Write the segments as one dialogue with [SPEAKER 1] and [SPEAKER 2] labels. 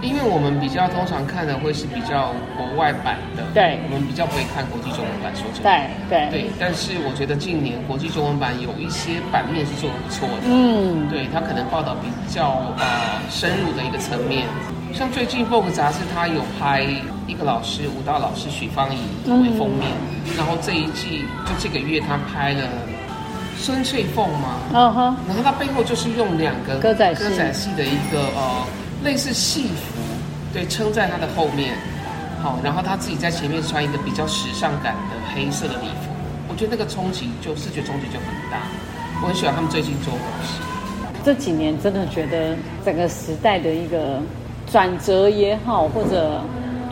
[SPEAKER 1] 因为我们比较通常看的会是比较国外版的，
[SPEAKER 2] 对
[SPEAKER 1] 我们比较不会看国际中文版，说真的。
[SPEAKER 2] 对对，
[SPEAKER 1] 对，但是我觉得近年国际中文版有一些版面是做的不错的，
[SPEAKER 2] 嗯，
[SPEAKER 1] 对它可能报道比较呃深入的一个层面。像最近《Vogue》杂志，它有拍一个老师，舞蹈老师许芳宜为封面，
[SPEAKER 2] 嗯
[SPEAKER 1] 然后这一季就这个月，他拍了孙翠凤嘛，
[SPEAKER 2] 嗯哼，
[SPEAKER 1] 然后它背后就是用两个
[SPEAKER 2] 歌仔戏
[SPEAKER 1] 歌仔戏的一个呃类似戏服，对，撑在它的后面，好，然后他自己在前面穿一个比较时尚感的黑色的礼服，我觉得那个冲击就视觉冲击就很大，我很喜欢他们最近做的东西。
[SPEAKER 2] 这几年真的觉得整个时代的一个转折也好，或者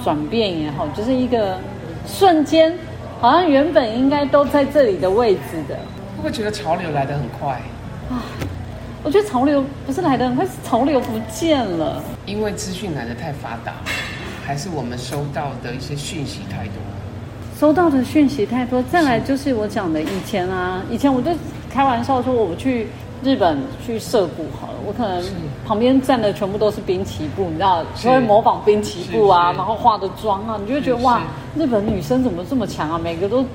[SPEAKER 2] 转变也好，就是一个瞬间，好像原本应该都在这里的位置的，
[SPEAKER 1] 会不会觉得潮流来得很快？
[SPEAKER 2] 我觉得潮流不是来的很快，是潮流不见了。
[SPEAKER 1] 因为资讯来得太发达，还是我们收到的一些讯息太多？
[SPEAKER 2] 收到的讯息太多，再来就是我讲的以前啊，以前我就开玩笑说我去日本去涉谷好了，我可能
[SPEAKER 1] 是
[SPEAKER 2] 旁边站的全部都是滨崎步，你知道，
[SPEAKER 1] 是
[SPEAKER 2] 就会模仿滨崎步啊，
[SPEAKER 1] 是是
[SPEAKER 2] 然后化的妆啊，你就会觉得
[SPEAKER 1] 是
[SPEAKER 2] 哇，日本女生怎么这么强啊？每个都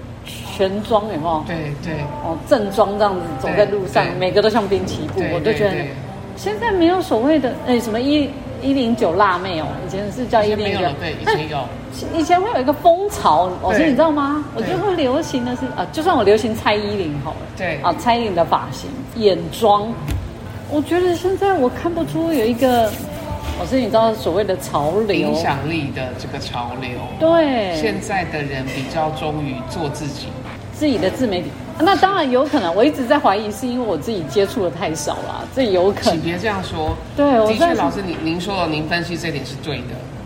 [SPEAKER 2] 全妆，有没有？
[SPEAKER 1] 对对
[SPEAKER 2] 哦，正装这样子走在路上
[SPEAKER 1] 对，对
[SPEAKER 2] 每个都像滨崎步
[SPEAKER 1] 对，，
[SPEAKER 2] 我就觉得
[SPEAKER 1] 对
[SPEAKER 2] 现在没有所谓的哎什么一一零九辣妹哦，以前是叫
[SPEAKER 1] 以
[SPEAKER 2] 一
[SPEAKER 1] 前没
[SPEAKER 2] 零
[SPEAKER 1] 有
[SPEAKER 2] 九
[SPEAKER 1] 了，，对，以前有，
[SPEAKER 2] 以前会有一个风潮，老师
[SPEAKER 1] 对
[SPEAKER 2] 你知道吗？我
[SPEAKER 1] 对
[SPEAKER 2] 就会流行的是啊，就算我流行蔡依林好了，
[SPEAKER 1] 对
[SPEAKER 2] 啊，蔡依林的发型、眼妆，我觉得现在我看不出有一个，老师你知道所谓的潮流
[SPEAKER 1] 影，响力的这个潮流，
[SPEAKER 2] 对
[SPEAKER 1] 现，在的人比较忠于做自己，
[SPEAKER 2] 自己的自媒体，啊那当然有可能，我一直在怀疑是因为我自己接触的太少了，这有可
[SPEAKER 1] 请
[SPEAKER 2] 能，
[SPEAKER 1] 别这样说。
[SPEAKER 2] 对我
[SPEAKER 1] 的确，
[SPEAKER 2] 在
[SPEAKER 1] 老师，您您说了，您分析这点是对的。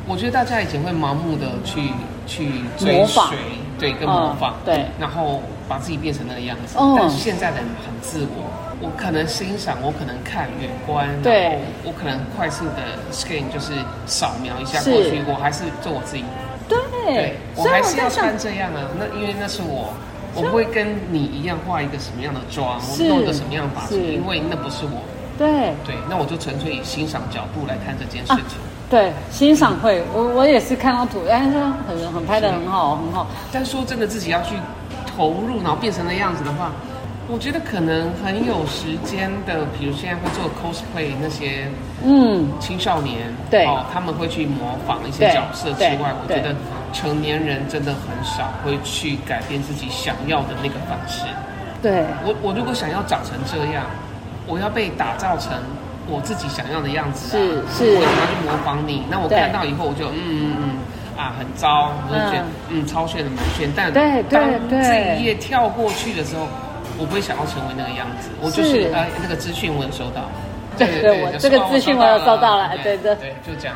[SPEAKER 1] 我觉得大家以前会盲目的去去追
[SPEAKER 2] 模
[SPEAKER 1] 随
[SPEAKER 2] 仿，
[SPEAKER 1] 对，跟模仿，
[SPEAKER 2] 嗯对
[SPEAKER 1] 然后把自己变成那个样子。
[SPEAKER 2] 嗯
[SPEAKER 1] 但是现在的人很自我，我可能欣赏，我可能看远观，然后
[SPEAKER 2] 对
[SPEAKER 1] 我可能快速的 scan 就是扫描一下
[SPEAKER 2] 是
[SPEAKER 1] 过去，我还是做我自己，对
[SPEAKER 2] 对，
[SPEAKER 1] 我还是要穿这样啊。那因为那是我。我不会跟你一样化一个什么样的妆，我
[SPEAKER 2] 啊是
[SPEAKER 1] 弄一个什么样的发型，
[SPEAKER 2] 是
[SPEAKER 1] 因为那不是我。
[SPEAKER 2] 对。
[SPEAKER 1] 对，那我就纯粹以欣赏角度来看这件事情。
[SPEAKER 2] 对，欣赏会，我我也是看到图，哎，这很很拍的很好，很好。
[SPEAKER 1] 但说真的，自己要去投入，然后变成那样子的话，我觉得可能很有时间的，比如现在会做 cosplay 那些
[SPEAKER 2] 嗯，
[SPEAKER 1] 青少年，
[SPEAKER 2] 对
[SPEAKER 1] 哦，他们会去模仿一些角色之
[SPEAKER 2] 对
[SPEAKER 1] 外，我
[SPEAKER 2] 对
[SPEAKER 1] 觉得成年人真的很少会去改变自己想要的那个方式。
[SPEAKER 2] 对，
[SPEAKER 1] 我我如果想要长成这样，我要被打造成我自己想要的样子、啊，
[SPEAKER 2] 是是
[SPEAKER 1] 我想要去模仿你，那我
[SPEAKER 2] 对
[SPEAKER 1] 看到以后我就嗯嗯嗯啊很糟，我就觉得嗯超炫的蛮炫，但
[SPEAKER 2] 对对
[SPEAKER 1] 当
[SPEAKER 2] 对
[SPEAKER 1] 这一页跳过去的时候，我不会想要成为那个样子，我就是
[SPEAKER 2] 是
[SPEAKER 1] 呃那个资讯我有收到，
[SPEAKER 2] 对我
[SPEAKER 1] 就
[SPEAKER 2] 这个
[SPEAKER 1] 收到
[SPEAKER 2] 资讯我有收到了
[SPEAKER 1] 对
[SPEAKER 2] 对对
[SPEAKER 1] 对，就这样，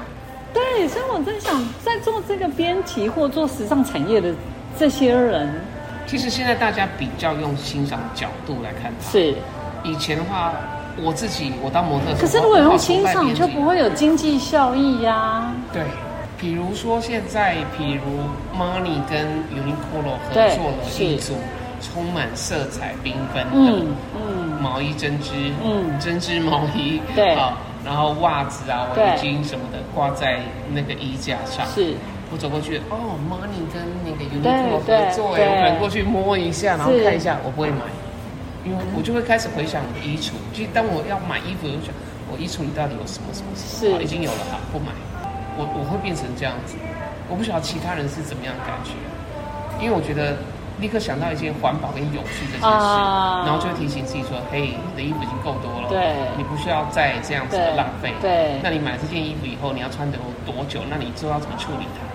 [SPEAKER 2] 对，所以我在想，在做这个编辑或做时尚产业的这些人，
[SPEAKER 1] 其实现在大家比较用欣赏角度来看它，
[SPEAKER 2] 是，
[SPEAKER 1] 以前的话。我自己，我当模特的时候，
[SPEAKER 2] 可是如
[SPEAKER 1] 我
[SPEAKER 2] 果
[SPEAKER 1] 好
[SPEAKER 2] 用
[SPEAKER 1] 崇
[SPEAKER 2] 欣
[SPEAKER 1] 拜
[SPEAKER 2] 赏，
[SPEAKER 1] 编
[SPEAKER 2] 就
[SPEAKER 1] 辑
[SPEAKER 2] 不会有经济效益呀、
[SPEAKER 1] 对，比如说现在，比如 Money 跟 Uniqlo 合
[SPEAKER 2] 对
[SPEAKER 1] 作了
[SPEAKER 2] 是
[SPEAKER 1] 一组充满色彩缤纷的
[SPEAKER 2] 嗯嗯，
[SPEAKER 1] 毛衣针织，
[SPEAKER 2] 嗯
[SPEAKER 1] 针织毛衣，
[SPEAKER 2] 对
[SPEAKER 1] 啊，然后袜子啊、围
[SPEAKER 2] 对
[SPEAKER 1] 巾什么的挂在那个衣架上。
[SPEAKER 2] 是
[SPEAKER 1] 我走过去，哦，Money 跟那个
[SPEAKER 2] 对
[SPEAKER 1] Uniqlo
[SPEAKER 2] 对
[SPEAKER 1] 合作，哎，
[SPEAKER 2] 对
[SPEAKER 1] 我可能过去摸一下，然后
[SPEAKER 2] 是嗯
[SPEAKER 1] 看一下，我不会买，因为我就会开始回想我的衣橱。就当我要买衣服，我就想我衣橱里到底有什么什么什么，
[SPEAKER 2] 是
[SPEAKER 1] 好已经有了，好不买。我我会变成这样子，我不晓得其他人是怎么样的感觉，因为我觉得立刻想到一件环保跟有趣这件事，
[SPEAKER 2] 啊
[SPEAKER 1] 然后就会提醒自己说，嘿，你的衣服已经够多了，
[SPEAKER 2] 对
[SPEAKER 1] 你不需要再这样子的
[SPEAKER 2] 对
[SPEAKER 1] 浪费，
[SPEAKER 2] 对
[SPEAKER 1] 那你买这件衣服以后，你要穿得有多久？那你知道怎么处理它？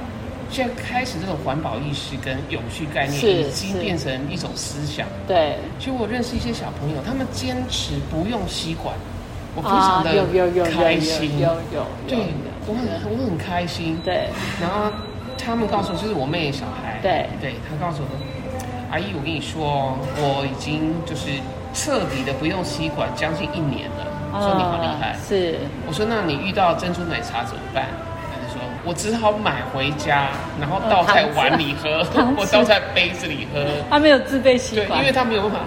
[SPEAKER 1] 现在开始这种环保意识跟永续概念
[SPEAKER 2] 是
[SPEAKER 1] 已经
[SPEAKER 2] 是
[SPEAKER 1] 变成一种思想。
[SPEAKER 2] 对
[SPEAKER 1] 其实我认识一些小朋友，他们坚持不用吸管，我非常的
[SPEAKER 2] 啊有有有有有
[SPEAKER 1] 开心。
[SPEAKER 2] 有有，
[SPEAKER 1] 对
[SPEAKER 2] 有，
[SPEAKER 1] 我很我很开心。
[SPEAKER 2] 对
[SPEAKER 1] 然后他们告诉我，就是我妹的小孩，
[SPEAKER 2] 对
[SPEAKER 1] 对，他告诉我，阿姨，我跟你说哦，我已经就是彻底的不用吸管将近一年了。我说你好厉害
[SPEAKER 2] 啊，是
[SPEAKER 1] 我说那你遇到珍珠奶茶怎么办？他就说我只好买回家，然后倒在碗里 喝
[SPEAKER 2] 嗯糖，汁
[SPEAKER 1] 我倒在杯子里 喝。
[SPEAKER 2] 他啊没有自备吸
[SPEAKER 1] 对，
[SPEAKER 2] 管，
[SPEAKER 1] 因为他没有办法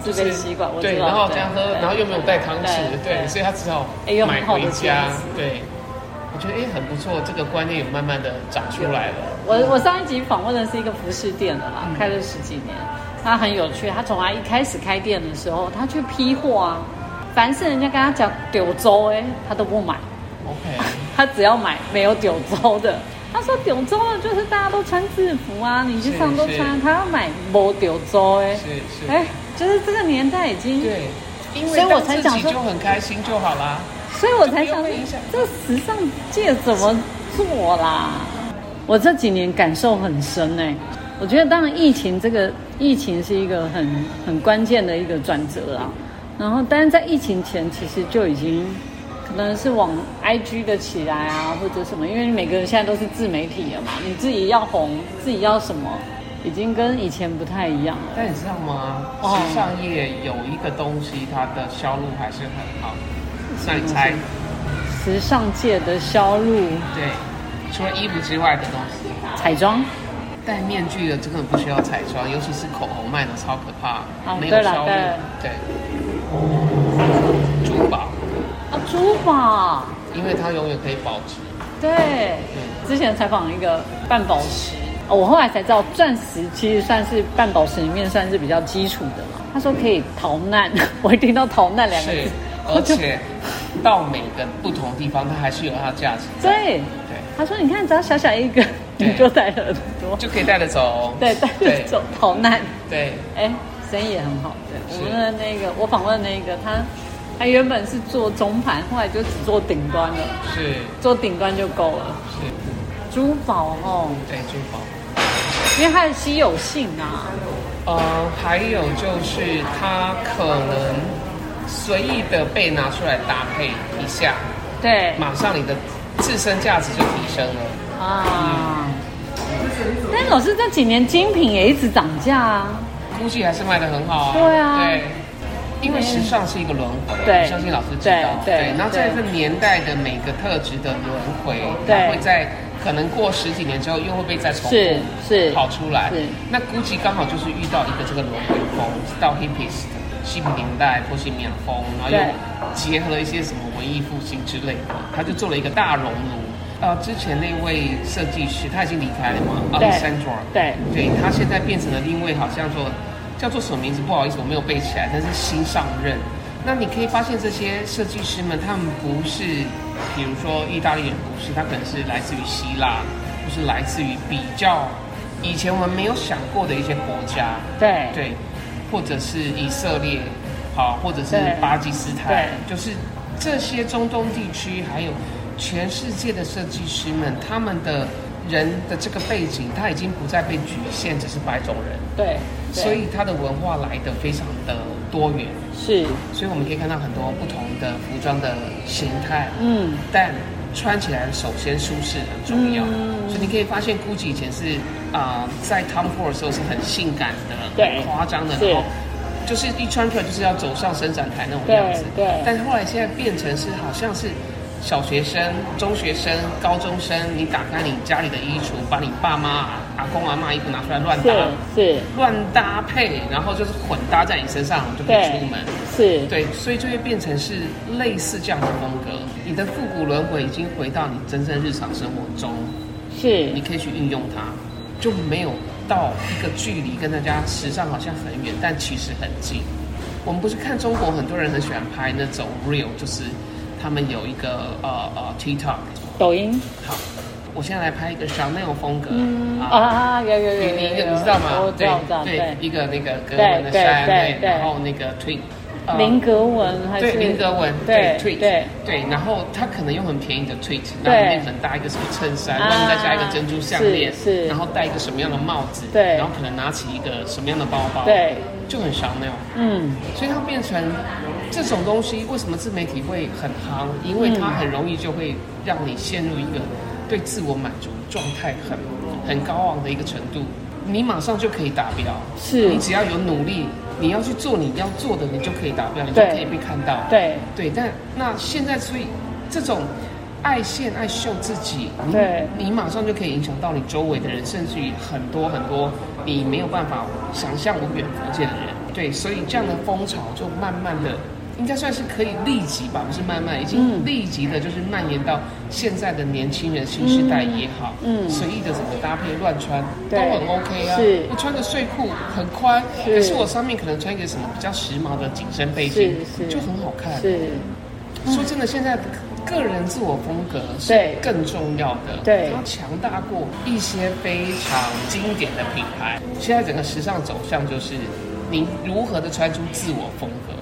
[SPEAKER 2] 自备吸管，我
[SPEAKER 1] 对，
[SPEAKER 2] 知道
[SPEAKER 1] 然后这样喝
[SPEAKER 2] 对，
[SPEAKER 1] 然后又没有带汤匙，
[SPEAKER 2] 对
[SPEAKER 1] 对，
[SPEAKER 2] 对
[SPEAKER 1] 所以他只好
[SPEAKER 2] 哎有
[SPEAKER 1] 买
[SPEAKER 2] 很好的
[SPEAKER 1] 回家
[SPEAKER 2] 坚持，
[SPEAKER 1] 对。我觉得哎很不错，这个观念有慢慢的长出来了。
[SPEAKER 2] 我我上一集访问的是一个服饰店的
[SPEAKER 1] 嗯
[SPEAKER 2] 啦，开了十几年，他很有趣。他从他一开始开店的时候，他去批货啊，凡是人家跟他讲柳州哎，他都不买，
[SPEAKER 1] OK，
[SPEAKER 2] 他只要买没有柳州的。他说柳州的就是大家都穿制服啊，你去上都
[SPEAKER 1] 是
[SPEAKER 2] 穿，他要买某柳州哎，
[SPEAKER 1] 是是，
[SPEAKER 2] 哎，就是这个年代已经，
[SPEAKER 1] 对，因
[SPEAKER 2] 所以
[SPEAKER 1] 为我
[SPEAKER 2] 我才
[SPEAKER 1] 自
[SPEAKER 2] 想
[SPEAKER 1] 己
[SPEAKER 2] 说
[SPEAKER 1] 就很开心就好啦。
[SPEAKER 2] 所以我才想
[SPEAKER 1] 就不用被影响
[SPEAKER 2] 这时尚界怎么做啦？我这几年感受很深呢、欸我觉得当然疫情这个疫情是一个很很关键的一个转折啊。然后，但是在疫情前其实就已经可能是往 IG 的起来啊，或者什么，因为每个人现在都是自媒体了嘛，你自己要红，自己要什么，已经跟以前不太一样了。
[SPEAKER 1] 但你知道吗？
[SPEAKER 2] 哦
[SPEAKER 1] 时尚业有一个东西，它的销路还是很好。那你猜？
[SPEAKER 2] 时尚界的销路，
[SPEAKER 1] 对，除了衣服之外的东西，
[SPEAKER 2] 彩妆。
[SPEAKER 1] 戴面具的真的不需要彩妆，尤其是口红卖的超可怕，
[SPEAKER 2] 哦
[SPEAKER 1] 没
[SPEAKER 2] 对
[SPEAKER 1] 有
[SPEAKER 2] 了
[SPEAKER 1] 销路
[SPEAKER 2] 对了。
[SPEAKER 1] 对，珠宝，
[SPEAKER 2] 啊，珠宝，
[SPEAKER 1] 因为它永远可以保值。
[SPEAKER 2] 对，之前采访一个半宝石，哦，我后来才知道钻石其实算是半宝石里面算是比较基础的嘛。他说可以逃难， 我一听到逃难两个
[SPEAKER 1] 是
[SPEAKER 2] 字，， 我
[SPEAKER 1] 而
[SPEAKER 2] 就
[SPEAKER 1] 且到每个不同地方，它还是有它的价值。
[SPEAKER 2] 对，
[SPEAKER 1] 对，
[SPEAKER 2] 他说你看只要小小一个，
[SPEAKER 1] 对
[SPEAKER 2] 你就带了很多，
[SPEAKER 1] 就可以带得走。
[SPEAKER 2] 对，带着走逃难，
[SPEAKER 1] 对，
[SPEAKER 2] 哎，生意也很好。对，
[SPEAKER 1] 是
[SPEAKER 2] 我们的那个我访问那个他，他原本是做中盘，后来就只做顶端了，
[SPEAKER 1] 是
[SPEAKER 2] 做顶端就够了。
[SPEAKER 1] 是，
[SPEAKER 2] 珠宝哦，
[SPEAKER 1] 对珠宝。
[SPEAKER 2] 因为它的稀有性啊。
[SPEAKER 1] 呃，还有就是它可能随意的被拿出来搭配一下，
[SPEAKER 2] 对
[SPEAKER 1] 马上你的自身价值就提升了。
[SPEAKER 2] 啊，但老师这几年精品也一直涨价啊。
[SPEAKER 1] 估计还是卖的很好啊。
[SPEAKER 2] 对啊
[SPEAKER 1] 对，因为时尚是一个轮回，
[SPEAKER 2] 对
[SPEAKER 1] 我相信老师知道。
[SPEAKER 2] 对对
[SPEAKER 1] 那在这年代的每个特质的轮回，
[SPEAKER 2] 对
[SPEAKER 1] 它会在可能过十几年之后又会被再重复
[SPEAKER 2] 是是
[SPEAKER 1] 跑出来
[SPEAKER 2] 是。
[SPEAKER 1] 那估计刚好就是遇到一个这个轮回风，到 hippies 西部年代、波西米亚风，然后又
[SPEAKER 2] 对
[SPEAKER 1] 结合了一些什么文艺复兴之类的，他就做了一个大熔炉。呃，之前那位设计师他已经离开了嘛
[SPEAKER 2] 对
[SPEAKER 1] ，Alessandro，
[SPEAKER 2] 对
[SPEAKER 1] 对他现在变成了另一位，好像做叫做什么名字，不好意思，我没有背起来，但是新上任。那你可以发现这些设计师们，他们不是，比如说意大利人不是，他可能是来自于希腊，或是来自于比较以前我们没有想过的一些国家，
[SPEAKER 2] 对
[SPEAKER 1] 对，或者是以色列，好，或者是
[SPEAKER 2] 对
[SPEAKER 1] 巴基斯坦，就是这些中东地区，还有全世界的设计师们，他们的人的这个背景，他已经不再被局限，只是白种人，
[SPEAKER 2] 对，
[SPEAKER 1] 所以他的文化来的非常的多元，
[SPEAKER 2] 是
[SPEAKER 1] 所以我们可以看到很多不同的服装的形态，
[SPEAKER 2] 嗯，
[SPEAKER 1] 但穿起来首先舒适很重要。
[SPEAKER 2] 嗯
[SPEAKER 1] 所以你可以发现，GUCCI 以前是啊、呃在 Tom Ford 的时候是很性感的、
[SPEAKER 2] 对
[SPEAKER 1] 很夸张的，
[SPEAKER 2] 是
[SPEAKER 1] 然后就是一穿出来就是要走上伸展台那种样子。
[SPEAKER 2] 对对
[SPEAKER 1] 但是后来现在变成是好像是小学生、中学生、高中生，你打开你家里的衣橱，把你爸妈、阿公阿妈衣服拿出来乱搭。
[SPEAKER 2] 是是
[SPEAKER 1] 乱搭配，然后就是混搭在你身上，你就可以
[SPEAKER 2] 对
[SPEAKER 1] 出门。
[SPEAKER 2] 是，
[SPEAKER 1] 对，所以就会变成是类似这样的风格。你的复古轮回已经回到你真正日常生活中，你
[SPEAKER 2] 是
[SPEAKER 1] 可以去运用它，就没有到一个距离跟大家时尚好像很远，但其实很近。我们不是看中国很多人很喜欢拍那种 real，就是他们有一个呃呃 TikTok。
[SPEAKER 2] 抖音
[SPEAKER 1] 好，我现在来拍一个 Chanel 风格、
[SPEAKER 2] 嗯啊，有有
[SPEAKER 1] 你
[SPEAKER 2] 有
[SPEAKER 1] 你
[SPEAKER 2] 有有，
[SPEAKER 1] 你知道吗？
[SPEAKER 2] 我知道我知道，
[SPEAKER 1] 对
[SPEAKER 2] 对，
[SPEAKER 1] 一个那个格纹的
[SPEAKER 2] 对
[SPEAKER 1] 山，
[SPEAKER 2] 对对
[SPEAKER 1] 然后那个 twin，呃
[SPEAKER 2] 林格文还是
[SPEAKER 1] 对林格文，
[SPEAKER 2] 对
[SPEAKER 1] 对 tweet，
[SPEAKER 2] 对
[SPEAKER 1] 对，然后他可能用很便宜的 tweet，
[SPEAKER 2] 对
[SPEAKER 1] 然后里面可能搭一个什么衬衫，
[SPEAKER 2] 啊
[SPEAKER 1] 外面再加一个珍珠项链，
[SPEAKER 2] 是是
[SPEAKER 1] 然后戴一个什么样的帽子，
[SPEAKER 2] 对
[SPEAKER 1] 然后可能拿起一个什么样的包包，
[SPEAKER 2] 对，
[SPEAKER 1] 就很香那样。
[SPEAKER 2] 嗯，
[SPEAKER 1] 所以它变成这种东西，为什么自媒体会很夯？因为它很容易就会让你陷入一个对自我满足状态很很高昂的一个程度，你马上就可以达标。
[SPEAKER 2] 是
[SPEAKER 1] 你只要有努力，你要去做你要做的，你就可以达标，你就
[SPEAKER 2] 对
[SPEAKER 1] 可以被看到。
[SPEAKER 2] 对
[SPEAKER 1] 对，但那现在所以这种爱现爱秀自己，你
[SPEAKER 2] 对
[SPEAKER 1] 你马上就可以影响到你周围的人，甚至于很多很多你没有办法想象无远佛界的人。对，所以这样的风潮就慢慢的应该算是可以立即吧，不是慢慢，已
[SPEAKER 2] 嗯
[SPEAKER 1] 经立即的，就是蔓延到现在的年轻人新时代也好，
[SPEAKER 2] 嗯嗯
[SPEAKER 1] 嗯，随意的怎么搭配乱穿都
[SPEAKER 2] 对
[SPEAKER 1] 很 OK 啊。
[SPEAKER 2] 是
[SPEAKER 1] 我穿个睡裤很宽，
[SPEAKER 2] 是
[SPEAKER 1] 可是我上面可能穿一个什么比较时髦的紧身背心，
[SPEAKER 2] 是是
[SPEAKER 1] 就很好看。
[SPEAKER 2] 是，
[SPEAKER 1] 说真的，现在个人自我风格是
[SPEAKER 2] 嗯对
[SPEAKER 1] 更重要的，
[SPEAKER 2] 对
[SPEAKER 1] 它强大过一些非常经典的品牌。现在整个时尚走向就是你如何的穿出自我风格，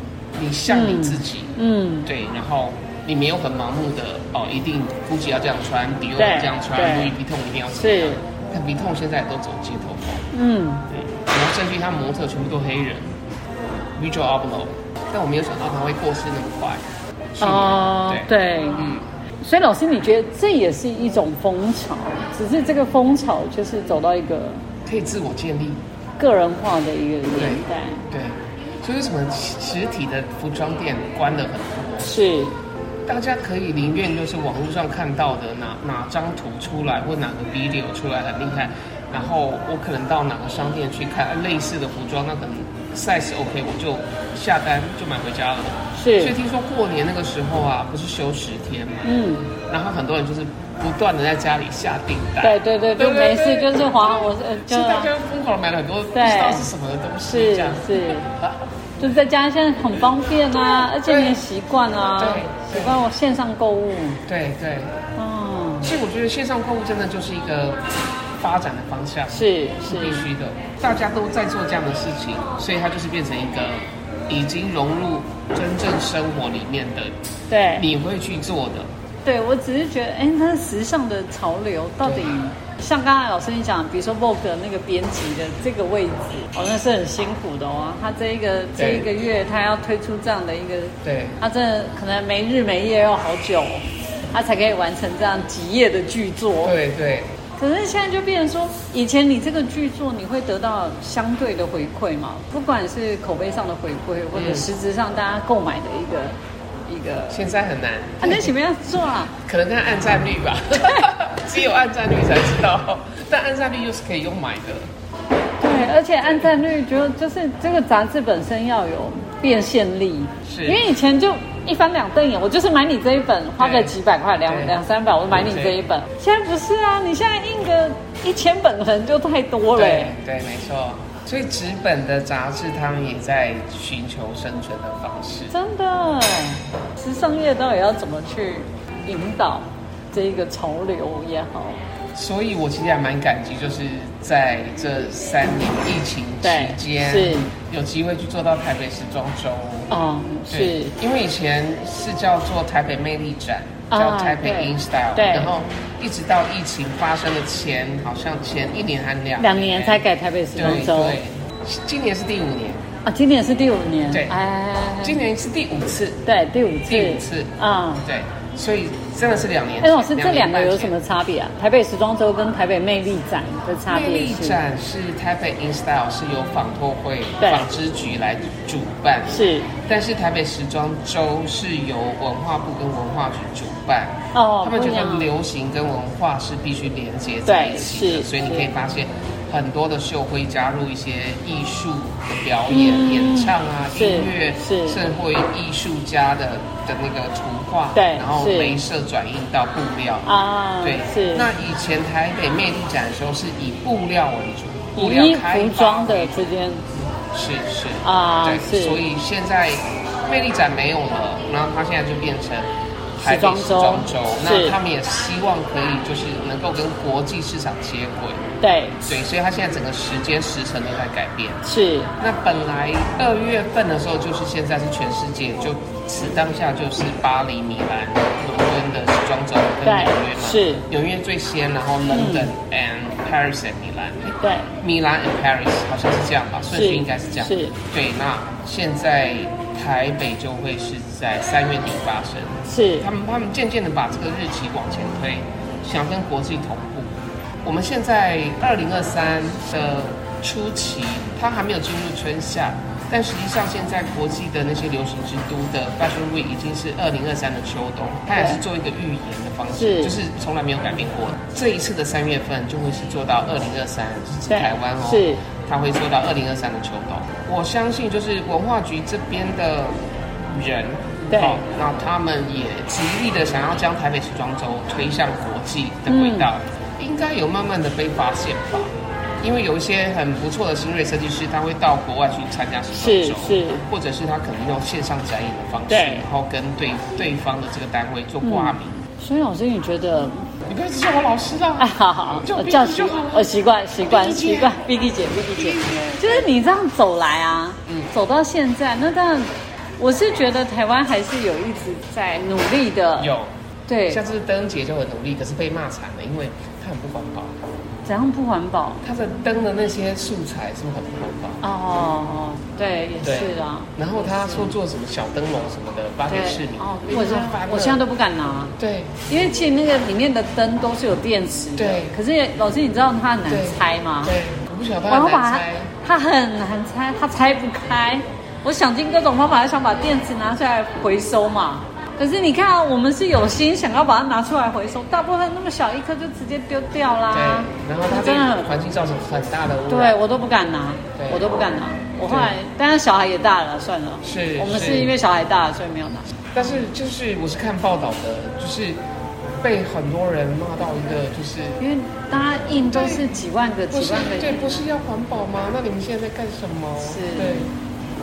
[SPEAKER 1] 你像你自己，
[SPEAKER 2] 嗯，
[SPEAKER 1] 对，然后你没有很盲目的哦，一定 GUCCI 要这样穿，迪奥
[SPEAKER 2] 对
[SPEAKER 1] 这样穿
[SPEAKER 2] 对
[SPEAKER 1] ，Louis Vuitton 一定要怎么
[SPEAKER 2] 是
[SPEAKER 1] 样？但 Vuitton 现在也都走街头风，
[SPEAKER 2] 嗯，
[SPEAKER 1] 对，然后甚至他模特全部都黑人，Virgil Abloh，但我没有想到他会过世那么快。去年
[SPEAKER 2] 哦，
[SPEAKER 1] 对，
[SPEAKER 2] 对，
[SPEAKER 1] 嗯，
[SPEAKER 2] 所以老师，你觉得这也是一种风潮，只是这个风潮就是走到一个
[SPEAKER 1] 可以自我建立，
[SPEAKER 2] 个人化的一个年代，
[SPEAKER 1] 对，所以为什么实实体的服装店关了很多？
[SPEAKER 2] 是，
[SPEAKER 1] 大家可以宁愿就是网络上看到的哪哪张图出来或哪个 video 出来很厉害，然后我可能到哪个商店去看啊类似的服装，那可能 size OK 我就下单就买回家了。所以
[SPEAKER 2] 是，
[SPEAKER 1] 听说过年那个时候啊，不是休十天嘛，
[SPEAKER 2] 嗯，
[SPEAKER 1] 然后很多人就是不断的在家里下订单，
[SPEAKER 2] 对对对，就没事，就是滑，我是呃
[SPEAKER 1] 是
[SPEAKER 2] 就
[SPEAKER 1] 大家疯狂地买了很多不知
[SPEAKER 2] 对
[SPEAKER 1] 道是什么的东西，
[SPEAKER 2] 是
[SPEAKER 1] 这样
[SPEAKER 2] 是，就在家现在很方便啊，而且你也习惯啊
[SPEAKER 1] 对，
[SPEAKER 2] 习
[SPEAKER 1] 对
[SPEAKER 2] 惯我线上购物，
[SPEAKER 1] 对对，
[SPEAKER 2] 哦，
[SPEAKER 1] 所以我觉得线上购物真的就是一个发展的方向，
[SPEAKER 2] 是
[SPEAKER 1] 是必
[SPEAKER 2] 是，
[SPEAKER 1] 须的。大家都在做这样的事情，所以它就是变成一个已经融入真正生活里面的，
[SPEAKER 2] 对。
[SPEAKER 1] 你会去做的。
[SPEAKER 2] 对，我只是觉得，哎，那时尚的潮流到底，像刚才老师你讲，比如说 Vogue 那个编辑的这个位置，哦，那是很辛苦的哦。他这一个这
[SPEAKER 1] 对
[SPEAKER 2] 一个月，他要推出这样的一个，
[SPEAKER 1] 对
[SPEAKER 2] 他真的可能没日没夜要好久，他才可以完成这样几页的巨作。
[SPEAKER 1] 对对
[SPEAKER 2] 可是现在就变成说，以前你这个剧作你会得到相对的回馈嘛，不管是口碑上的回馈，或者
[SPEAKER 1] 嗯
[SPEAKER 2] 实质上大家购买的一个、一个，
[SPEAKER 1] 现在很难，
[SPEAKER 2] 啊，那什么样做啊？
[SPEAKER 1] 可能看按赞率 吧，只有按赞率才知道，但按赞率又是可以用买的。
[SPEAKER 2] 对，而且按赞率就就是这个杂志本身要有变现力，
[SPEAKER 1] 是
[SPEAKER 2] 因为以前就一翻两瞪眼，我就是买你这一本，花个几百块，两
[SPEAKER 1] 对
[SPEAKER 2] 两三百，我买你这一本。现在不是啊，你现在印个一千本可能就太多了、
[SPEAKER 1] 对对，没错。所以纸本的杂志，他们也在寻求生存的方式。
[SPEAKER 2] 真的。时尚业到底要怎么去引导这一个潮流也好？
[SPEAKER 1] 所以我其实还蛮感激，就是在这三年疫情期间，
[SPEAKER 2] 对是
[SPEAKER 1] 有机会去做到台北时装周。
[SPEAKER 2] 嗯，
[SPEAKER 1] 对
[SPEAKER 2] 是，
[SPEAKER 1] 因为以前是叫做台北魅力展，
[SPEAKER 2] 啊
[SPEAKER 1] 叫台北
[SPEAKER 2] 对
[SPEAKER 1] In Style，
[SPEAKER 2] 对
[SPEAKER 1] 然后一直到疫情发生的前，好像前一年还两
[SPEAKER 2] 两年才改台北时
[SPEAKER 1] 对
[SPEAKER 2] 装周
[SPEAKER 1] 对，今年是第五年，
[SPEAKER 2] 啊，今年是第五年，
[SPEAKER 1] 对
[SPEAKER 2] 哎，
[SPEAKER 1] 今年是第五次，
[SPEAKER 2] 对第五次，
[SPEAKER 1] 第五次
[SPEAKER 2] 啊、
[SPEAKER 1] 对，所以真的是两年
[SPEAKER 2] 哎、
[SPEAKER 1] 前。
[SPEAKER 2] 老师，这两个
[SPEAKER 1] 年半
[SPEAKER 2] 有
[SPEAKER 1] 前
[SPEAKER 2] 什么差别啊？台北时装周跟台北魅力展的差
[SPEAKER 1] 魅
[SPEAKER 2] 别
[SPEAKER 1] 力
[SPEAKER 2] 是？
[SPEAKER 1] 展是台北 In Style 是由纺拓会
[SPEAKER 2] 对
[SPEAKER 1] 纺织局来主办，
[SPEAKER 2] 是
[SPEAKER 1] 但是台北时装周是由文化部跟文化局主办。
[SPEAKER 2] 哦，
[SPEAKER 1] 他们觉
[SPEAKER 2] 不一
[SPEAKER 1] 得
[SPEAKER 2] 样
[SPEAKER 1] 流行跟文化是必须连接在一起
[SPEAKER 2] 对是
[SPEAKER 1] 的，所以你
[SPEAKER 2] 是
[SPEAKER 1] 可以发现很多的秀会加入一些艺术的表演、
[SPEAKER 2] 嗯
[SPEAKER 1] 演唱啊、
[SPEAKER 2] 是
[SPEAKER 1] 音乐，
[SPEAKER 2] 是
[SPEAKER 1] 甚至会艺术家的的那个图画，
[SPEAKER 2] 对
[SPEAKER 1] 然后
[SPEAKER 2] 是
[SPEAKER 1] 镭射转印到布料，
[SPEAKER 2] 啊，
[SPEAKER 1] 对，
[SPEAKER 2] 是
[SPEAKER 1] 那以前台北魅力展的时候是以布料为主，布料
[SPEAKER 2] 以
[SPEAKER 1] 开
[SPEAKER 2] 服
[SPEAKER 1] 发
[SPEAKER 2] 装的之间
[SPEAKER 1] 是是
[SPEAKER 2] 啊
[SPEAKER 1] 对，
[SPEAKER 2] 是
[SPEAKER 1] 所以现在魅力展没有了，然后它现在就变成台北
[SPEAKER 2] 时
[SPEAKER 1] 时
[SPEAKER 2] 装
[SPEAKER 1] 装
[SPEAKER 2] 周
[SPEAKER 1] 周，
[SPEAKER 2] 是
[SPEAKER 1] 那他们也希望可以就是能够跟国际市场接轨，
[SPEAKER 2] 对
[SPEAKER 1] 对，所以它现在整个时间时程都在改变。
[SPEAKER 2] 是
[SPEAKER 1] 那本来二月份的时候，就是现在是全世界，就此当下就是巴黎、米兰、伦敦的时装周跟
[SPEAKER 2] 对
[SPEAKER 1] 纽约嘛，
[SPEAKER 2] 是
[SPEAKER 1] 纽约最先，然后 London and Paris and 米兰，
[SPEAKER 2] 对
[SPEAKER 1] 米兰 and Paris 好像是这样吧，顺序
[SPEAKER 2] 是
[SPEAKER 1] 应该是这样，
[SPEAKER 2] 是
[SPEAKER 1] 对。那现在台北就会是在三月底发生，
[SPEAKER 2] 是
[SPEAKER 1] 他们他们渐渐的把这个日期往前推，想跟国际同步。我们现在二零二三的初期，它还没有进入春夏，但实际上现在国际的那些流行之都的 Fashion Week 已经是二零二三的秋冬，它也是做一个预言的方式，
[SPEAKER 2] 是
[SPEAKER 1] 就是从来没有改变过。这一次的三月份就会是做到二零二三，是
[SPEAKER 2] 对
[SPEAKER 1] 台湾哦，
[SPEAKER 2] 是
[SPEAKER 1] 它会做到二零二三的秋冬。我相信就是文化局这边的人，
[SPEAKER 2] 对
[SPEAKER 1] 好那他们也极力的想要将台北时装周推向国际的轨道，
[SPEAKER 2] 嗯
[SPEAKER 1] 应该有慢慢的被发现吧。因为有一些很不错的新锐设计师，他会到国外去参加时装周，
[SPEAKER 2] 是是
[SPEAKER 1] 或者是他可能用线上展演的方式，
[SPEAKER 2] 对
[SPEAKER 1] 然后跟对对方的这个单位做挂名。
[SPEAKER 2] 所以老师，你觉得？
[SPEAKER 1] 你不要叫我老师啊啦，
[SPEAKER 2] 哎，嗯好好，
[SPEAKER 1] 叫
[SPEAKER 2] 我
[SPEAKER 1] 我
[SPEAKER 2] 叫
[SPEAKER 1] Vicky
[SPEAKER 2] 习
[SPEAKER 1] 就好，
[SPEAKER 2] 我习惯习惯
[SPEAKER 1] Vicky 姐
[SPEAKER 2] 习惯，Vicky 姐，Vicky 姐，就是你这样走来啊，
[SPEAKER 1] 嗯
[SPEAKER 2] 走到现在，那当然，我是觉得台湾还是有一直在努力的，
[SPEAKER 1] 有，
[SPEAKER 2] 对，
[SPEAKER 1] 像是灯姐就很努力，可是被骂惨了，因为她很不环保。
[SPEAKER 2] 怎样不环保？
[SPEAKER 1] 它的灯的那些素材是不是很不环保？
[SPEAKER 2] 哦，对，也是啊，
[SPEAKER 1] 然后他说做什么小灯笼什么的，发给市
[SPEAKER 2] 对，
[SPEAKER 1] 民，
[SPEAKER 2] 哦，
[SPEAKER 1] 被
[SPEAKER 2] 我
[SPEAKER 1] 骂翻了
[SPEAKER 2] 我现在都不敢拿，
[SPEAKER 1] 对
[SPEAKER 2] 因为其实那个里面的灯都是有电池的，
[SPEAKER 1] 对
[SPEAKER 2] 可是老师，你知道它很难
[SPEAKER 1] 对
[SPEAKER 2] 拆吗？
[SPEAKER 1] 对，我不晓得
[SPEAKER 2] 我要
[SPEAKER 1] 他
[SPEAKER 2] 把
[SPEAKER 1] 难
[SPEAKER 2] 它
[SPEAKER 1] 猜，，
[SPEAKER 2] 它很难拆，它拆不开。我想尽各种方法想把电池拿出来回收嘛。可是你看、啊，我们是有心想要把它拿出来回收，大部分那么小一颗就直接丢掉
[SPEAKER 1] 对
[SPEAKER 2] 啦。，
[SPEAKER 1] 然后他
[SPEAKER 2] 啊真的很
[SPEAKER 1] 对环境造成很大的污
[SPEAKER 2] 对
[SPEAKER 1] 染，
[SPEAKER 2] 我都不敢拿
[SPEAKER 1] 对，
[SPEAKER 2] 我都不敢拿。我后来，但是小孩也大了，算了。
[SPEAKER 1] 是
[SPEAKER 2] 我们
[SPEAKER 1] 是
[SPEAKER 2] 是因为小孩大了，所以没有拿。
[SPEAKER 1] 但是就是我是看报道的，就是被很多人骂到一个就是。
[SPEAKER 2] 因为大家印都是几万个、
[SPEAKER 1] 不
[SPEAKER 2] 几
[SPEAKER 1] 是
[SPEAKER 2] 万个
[SPEAKER 1] 对，不是要环保吗？那你们现在在干什么？
[SPEAKER 2] 是
[SPEAKER 1] 对，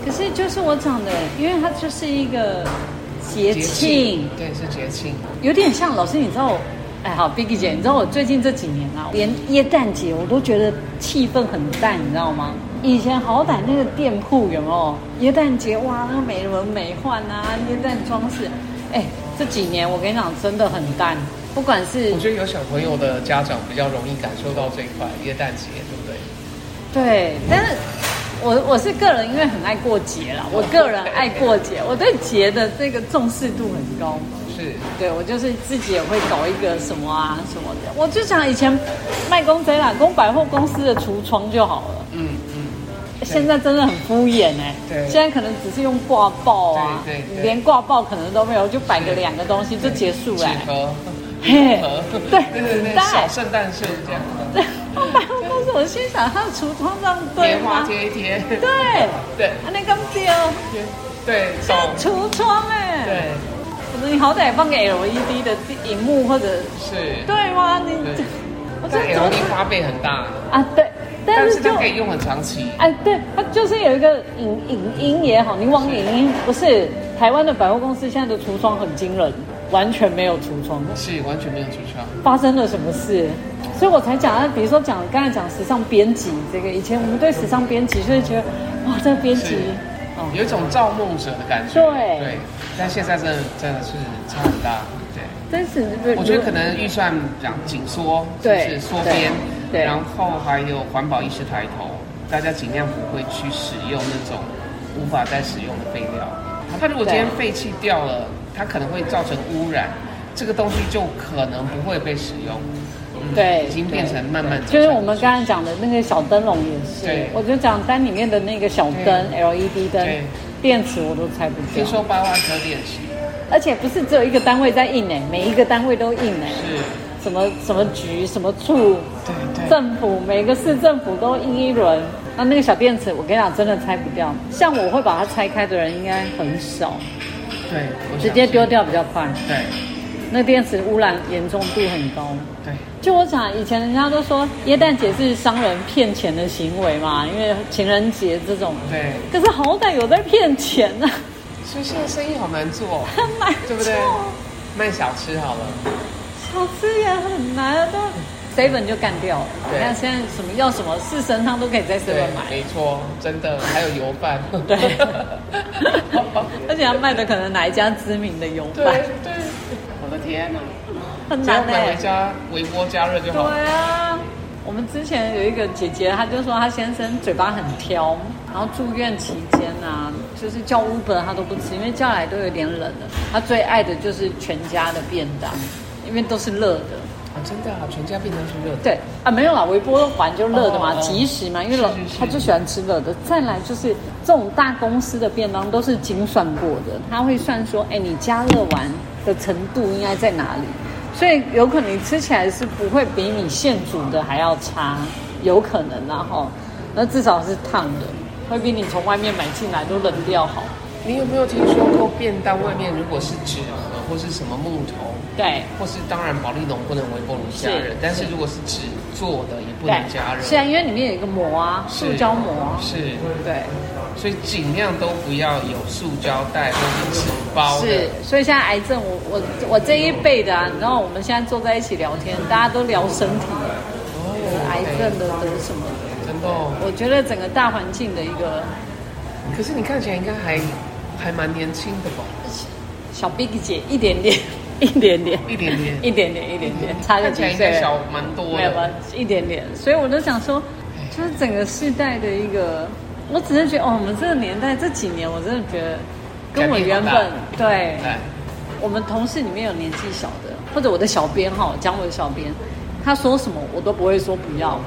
[SPEAKER 2] 可是就是我讲的，因为它就是一个节庆，
[SPEAKER 1] 对，是节庆，
[SPEAKER 2] 有点像老师，你知道我，哎，好，Biggie 姐，你知道我最近这几年啊，连耶诞节我都觉得气氛很淡，你知道吗？以前好歹那个店铺有没有耶诞节哇，那美轮美奂啊，耶诞装饰，哎，这几年我跟你讲真的很淡，不管是
[SPEAKER 1] 我觉得有小朋友的家长比较容易感受到这一块耶诞节，对不对？
[SPEAKER 2] 对，但是我我是个人，因为很爱过节啦，我个人爱过 节，我对节的这个重视度很高。
[SPEAKER 1] 是
[SPEAKER 2] 对我就是自己也会搞一个什么啊什么的，我就想以前卖公仔啦，供百货公司的橱窗就好了。
[SPEAKER 1] 嗯嗯，
[SPEAKER 2] 现在真的很敷衍哎、
[SPEAKER 1] 对
[SPEAKER 2] 现在可能只是用挂报啊，
[SPEAKER 1] 对对对
[SPEAKER 2] 你连挂报可能都没有，就摆个两个东西就结束了、
[SPEAKER 1] 几盒，
[SPEAKER 2] 嘿
[SPEAKER 1] 礼盒
[SPEAKER 2] 对
[SPEAKER 1] 对对对，
[SPEAKER 2] 对
[SPEAKER 1] 小圣诞树这样的，
[SPEAKER 2] 对，百货 公司我心想它的橱窗这样对
[SPEAKER 1] 棉花
[SPEAKER 2] 吗？
[SPEAKER 1] 贴一贴，
[SPEAKER 2] 对，啊
[SPEAKER 1] 对
[SPEAKER 2] 那个丢
[SPEAKER 1] 对，
[SPEAKER 2] 现
[SPEAKER 1] 懂，
[SPEAKER 2] 在橱窗哎、
[SPEAKER 1] 对
[SPEAKER 2] 我说你好歹也放个 LED 的荧幕或者
[SPEAKER 1] 是，
[SPEAKER 2] 对吗？你
[SPEAKER 1] 对
[SPEAKER 2] 我这
[SPEAKER 1] 但也
[SPEAKER 2] 怎
[SPEAKER 1] 容
[SPEAKER 2] 么
[SPEAKER 1] 易花费很大，
[SPEAKER 2] 啊？对，但
[SPEAKER 1] 但
[SPEAKER 2] 是
[SPEAKER 1] 是
[SPEAKER 2] 就
[SPEAKER 1] 它可以用很长期，
[SPEAKER 2] 哎，对，它就是有一个影影音也好，你往影音不是台湾的百货公司现在的橱窗很惊人，完全没有橱窗，
[SPEAKER 1] 是完全没有橱窗，
[SPEAKER 2] 发生了什么事？所以我才讲啊，比如说讲刚才讲时尚编辑这个，以前我们对时尚编辑就是觉得哇，这个编辑
[SPEAKER 1] 是
[SPEAKER 2] 哦，
[SPEAKER 1] 有一种造梦者的感觉，
[SPEAKER 2] 对
[SPEAKER 1] 对，但现在真的真的是差很大，对。
[SPEAKER 2] 真是
[SPEAKER 1] 我觉得可能预算讲紧缩，
[SPEAKER 2] 对
[SPEAKER 1] 就是缩编，
[SPEAKER 2] 对对
[SPEAKER 1] 然后还有环保意识抬头，大家尽量不会去使用那种无法再使用的废料。它如果今天废弃掉了，它可能会造成污染，这个东西就可能不会被使用。嗯
[SPEAKER 2] 对
[SPEAKER 1] 已经变成慢慢
[SPEAKER 2] 就是我们刚才讲的那个小灯笼也是
[SPEAKER 1] 对，
[SPEAKER 2] 我就讲单里面的那个小灯
[SPEAKER 1] 对
[SPEAKER 2] LED 灯
[SPEAKER 1] 对，
[SPEAKER 2] 电池我都拆不掉
[SPEAKER 1] 听。说八万颗电池
[SPEAKER 2] 而且不是只有一个单位在印呢、每一个单位都印呢、
[SPEAKER 1] 是，
[SPEAKER 2] 什么什么局、什么处、
[SPEAKER 1] 对对
[SPEAKER 2] 政府，每个市政府都印一轮。那那个小电池，我跟你讲，真的拆不掉。像我会把它拆开的人应该很少，
[SPEAKER 1] 对，我想
[SPEAKER 2] 直接丢掉比较快。
[SPEAKER 1] 是，对
[SPEAKER 2] 那电池污染严重度很高。
[SPEAKER 1] 对
[SPEAKER 2] 就我讲，以前人家都说耶诞节是商人骗钱的行为嘛，因为情人节这种，
[SPEAKER 1] 对，
[SPEAKER 2] 可是好歹有在骗钱呢、啊，
[SPEAKER 1] 所以现在生意好难做，
[SPEAKER 2] 买
[SPEAKER 1] 对不对
[SPEAKER 2] 错？
[SPEAKER 1] 卖小吃好了。
[SPEAKER 2] 小吃也很难，啊都 seven 就干掉了。你
[SPEAKER 1] 对
[SPEAKER 2] 看现在什么要什么四神汤都可以在 seven 买，
[SPEAKER 1] 没错，真的，还有油饭，
[SPEAKER 2] 对， 而且他卖的可能哪一家知名的油
[SPEAKER 1] 对
[SPEAKER 2] 饭，
[SPEAKER 1] 对，我的天哪，
[SPEAKER 2] 很
[SPEAKER 1] 只要
[SPEAKER 2] 难
[SPEAKER 1] 买
[SPEAKER 2] 哎、
[SPEAKER 1] 回家微波加热就好了。
[SPEAKER 2] 啊对啊，我们之前有一个姐姐，她就说她先生嘴巴很挑，然后住院期间啊，就是叫 Uber 她都不吃，因为叫来都有点冷了。她最爱的就是全家的便当，因为都是热的。
[SPEAKER 1] 啊，真的啊，全家便当是热的。
[SPEAKER 2] 对啊，没有啦，微波环就热的嘛
[SPEAKER 1] 哦，哦
[SPEAKER 2] 即食嘛，因为
[SPEAKER 1] 是
[SPEAKER 2] 老
[SPEAKER 1] 是是
[SPEAKER 2] 他就喜欢吃热的。再来就是这种大公司的便当都是精算过的，他会算说，哎，你加热完的程度应该在哪里，所以有可能你吃起来是不会比你现煮的还要差，有可能然后，那至少是烫的，会比你从外面买进来都冷掉好。
[SPEAKER 1] 你有没有听说过便当外面如果是纸盒或是什么木头，
[SPEAKER 2] 对，
[SPEAKER 1] 或是当然保利龙不能微波炉加
[SPEAKER 2] 是
[SPEAKER 1] 热，但是
[SPEAKER 2] 是
[SPEAKER 1] 如果是纸做的也不
[SPEAKER 2] 对
[SPEAKER 1] 能加，热。
[SPEAKER 2] 是啊，因为里面有一个膜啊，
[SPEAKER 1] 是
[SPEAKER 2] 塑胶膜啊，
[SPEAKER 1] 是，
[SPEAKER 2] 对，
[SPEAKER 1] 所以尽量都不要有塑胶袋或是纸包的。
[SPEAKER 2] 是，所以现在癌症，我我我这一辈的啊，你知道我们现在坐在一起聊天，大家都聊身体，
[SPEAKER 1] 哦
[SPEAKER 2] 癌症的得什么
[SPEAKER 1] 对真的哦。
[SPEAKER 2] 我觉得整个大环境的一个
[SPEAKER 1] 可是你看起来应该还还蛮年轻的吧？
[SPEAKER 2] 小 big 姐一点点， 一点点，
[SPEAKER 1] 一点点，
[SPEAKER 2] 一点点，一点点， 差个
[SPEAKER 1] 看起来
[SPEAKER 2] 几
[SPEAKER 1] 应
[SPEAKER 2] 岁
[SPEAKER 1] 该
[SPEAKER 2] 了
[SPEAKER 1] 小，蛮多
[SPEAKER 2] 没有吧
[SPEAKER 1] 的。，
[SPEAKER 2] 一点点。所以我都想说，就是整个世代的一个，我只是觉得哦，我们这个年代这几年，我真的觉得跟我原
[SPEAKER 1] 改
[SPEAKER 2] 本
[SPEAKER 1] 变哎
[SPEAKER 2] 对
[SPEAKER 1] 对，
[SPEAKER 2] 我们同事里面有年纪小的，或者我的小编哈，讲我的小编，他说什么我都不会说不要，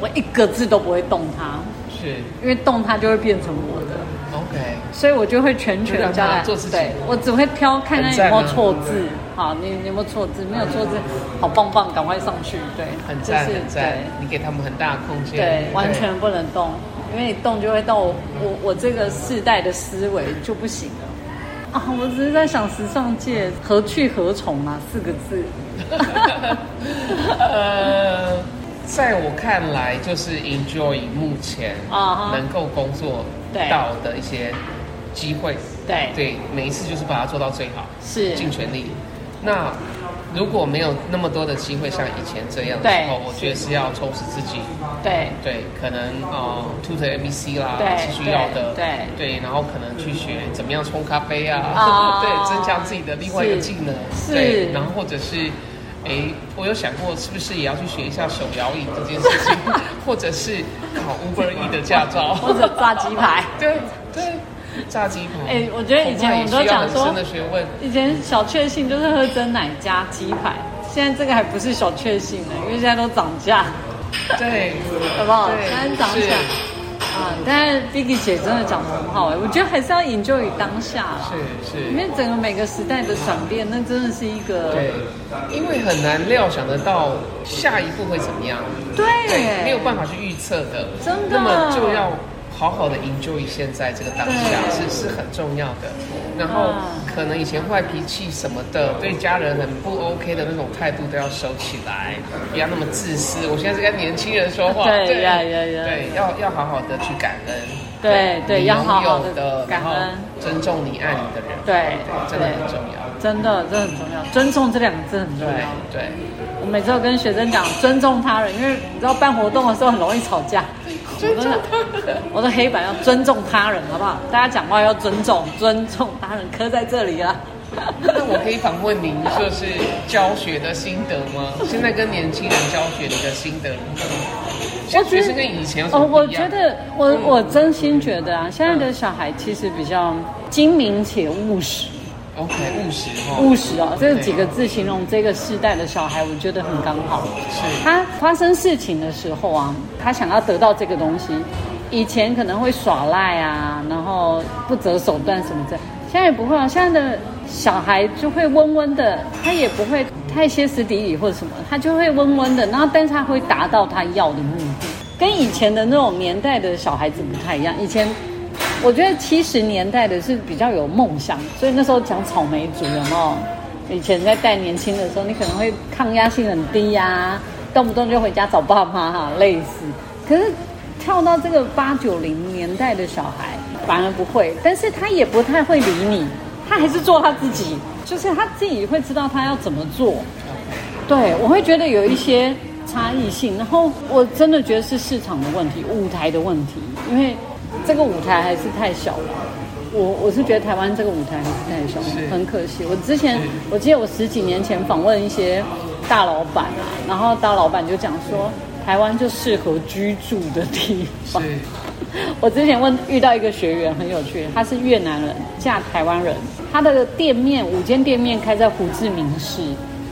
[SPEAKER 2] 我一个字都不会动他，
[SPEAKER 1] 是
[SPEAKER 2] 因为动他就会变成我的。
[SPEAKER 1] OK。
[SPEAKER 2] 所以我就会全权交
[SPEAKER 1] 就让
[SPEAKER 2] 代
[SPEAKER 1] 他做自，己
[SPEAKER 2] 对我只会挑看
[SPEAKER 1] 很
[SPEAKER 2] 看有
[SPEAKER 1] 赞啊
[SPEAKER 2] 没有错字，好，你你有没有错字？没有错字，好棒棒，赶快上去，对，
[SPEAKER 1] 很赞
[SPEAKER 2] 就是
[SPEAKER 1] 很赞，你给他们很大的空
[SPEAKER 2] 对
[SPEAKER 1] 间，
[SPEAKER 2] 对，完全不能动，因为你动就会到我我我这个世代的思维就不行了啊！我只是在想时尚界何去何从啊，四个字，
[SPEAKER 1] 呃，在我看来，就是 enjoy 目前
[SPEAKER 2] 啊哈
[SPEAKER 1] 能够工作
[SPEAKER 2] 对
[SPEAKER 1] 到的一些机会，
[SPEAKER 2] 对
[SPEAKER 1] 对，每一次就是把它做到最好，
[SPEAKER 2] 是
[SPEAKER 1] 尽全力。那如果没有那么多的机会像以前这样的
[SPEAKER 2] 对
[SPEAKER 1] 时候，我觉得是要充实自己，
[SPEAKER 2] 对
[SPEAKER 1] 对，可能呃 tutor MBC 啦
[SPEAKER 2] 对
[SPEAKER 1] 是需要的，
[SPEAKER 2] 对
[SPEAKER 1] 对，然后可能去学怎么样冲咖啡啊，
[SPEAKER 2] 啊
[SPEAKER 1] 对，增强自己的另外一个技能，
[SPEAKER 2] 是
[SPEAKER 1] 对
[SPEAKER 2] 是
[SPEAKER 1] 然后或者是。诶，我有想过是不是也要去学一下手摇椅这件事 情，或者是考 Uber E 的驾照，
[SPEAKER 2] 或者炸鸡排。
[SPEAKER 1] 对对炸鸡排。
[SPEAKER 2] 诶我觉得以前我们都讲说
[SPEAKER 1] 恐怕也需要很深的学问，
[SPEAKER 2] 以前小确幸就是喝真奶加鸡排，现在这个还不是小确幸呢，因为现在都涨价。
[SPEAKER 1] 对，
[SPEAKER 2] 好不好？
[SPEAKER 1] 对
[SPEAKER 2] 刚刚讲起来啊，但是 Vicky 姐真的讲得很好哎、我觉得还是要 enjoy 当下啦，
[SPEAKER 1] 是是。
[SPEAKER 2] 因为整个每个时代的转变，那真的是一个
[SPEAKER 1] 对，因为很难料想得到下一步会怎么样，
[SPEAKER 2] 对
[SPEAKER 1] 对，没有办法去预测的，
[SPEAKER 2] 真的
[SPEAKER 1] 那么就要好好的 enjoy 现在这个当下
[SPEAKER 2] 对
[SPEAKER 1] 是是很重要的。然后
[SPEAKER 2] 啊
[SPEAKER 1] 可能以前坏脾气什么的，对家人很不 OK 的那种态度都要收起来，不要那么自私。我现在是跟年轻人说话，
[SPEAKER 2] 对呀呀呀
[SPEAKER 1] 对，要要好好的去感恩，
[SPEAKER 2] 对对
[SPEAKER 1] 你
[SPEAKER 2] 要
[SPEAKER 1] 拥
[SPEAKER 2] 好好地
[SPEAKER 1] 有的，
[SPEAKER 2] 感
[SPEAKER 1] 然后
[SPEAKER 2] 恩
[SPEAKER 1] 尊重你爱你的人，
[SPEAKER 2] 对
[SPEAKER 1] 真的很重要，
[SPEAKER 2] 真的这很重要，尊重这两个字很重
[SPEAKER 1] 对
[SPEAKER 2] 要。
[SPEAKER 1] 对。
[SPEAKER 2] 我每次都跟学生讲尊重他人，因为你知道办活动的时候很容易吵架。
[SPEAKER 1] 尊重
[SPEAKER 2] 我的我的黑板要尊重他人，好不好？大家讲话要尊重，尊重他人，刻在这里了。啊
[SPEAKER 1] 那我可以访问您，就是教学的心得吗？现在跟年轻人教学，你的心得如何？现在学生跟以前有什
[SPEAKER 2] 哦，
[SPEAKER 1] 么不
[SPEAKER 2] 我
[SPEAKER 1] 一样
[SPEAKER 2] 觉得我我真心觉得啊，现在的小孩其实比较精明且务实，
[SPEAKER 1] OK 务实
[SPEAKER 2] 务
[SPEAKER 1] 哦，
[SPEAKER 2] 实哦，这几个字形容这个世代的小孩，我觉得很刚好。
[SPEAKER 1] 是
[SPEAKER 2] 他发生事情的时候啊，他想要得到这个东西，以前可能会耍赖啊，然后不择手段什么的，现在也不会啊。现在的小孩就会温温的，他也不会太歇斯底里或者什么，他就会温温的，然后但是他会达到他要的目的，跟以前的那种年代的小孩子不太一样。以前我觉得七十年代的是比较有梦想，所以那时候讲草莓族有没有？以前在带年轻的时候，你可能会抗压性很低呀、动不动就回家找爸妈哈、累死。可是跳到这个八九零年代的小孩，反而不会，但是他也不太会理你，他还是做他自己，就是他自己会知道他要怎么做。对，我会觉得有一些差异性，然后我真的觉得是市场的问题、舞台的问题，因为这个舞台还是太小了。我我是觉得台湾这个舞台还是太小，
[SPEAKER 1] 是
[SPEAKER 2] 很可惜。我之前
[SPEAKER 1] 是
[SPEAKER 2] 我记得我十几年前访问一些大老板啊，然后大老板就讲说，台湾就适合居住的地方。
[SPEAKER 1] 是
[SPEAKER 2] 我之前问遇到一个学员很有趣，他是越南人，嫁台湾人，他的店面五间店面开在胡志明市，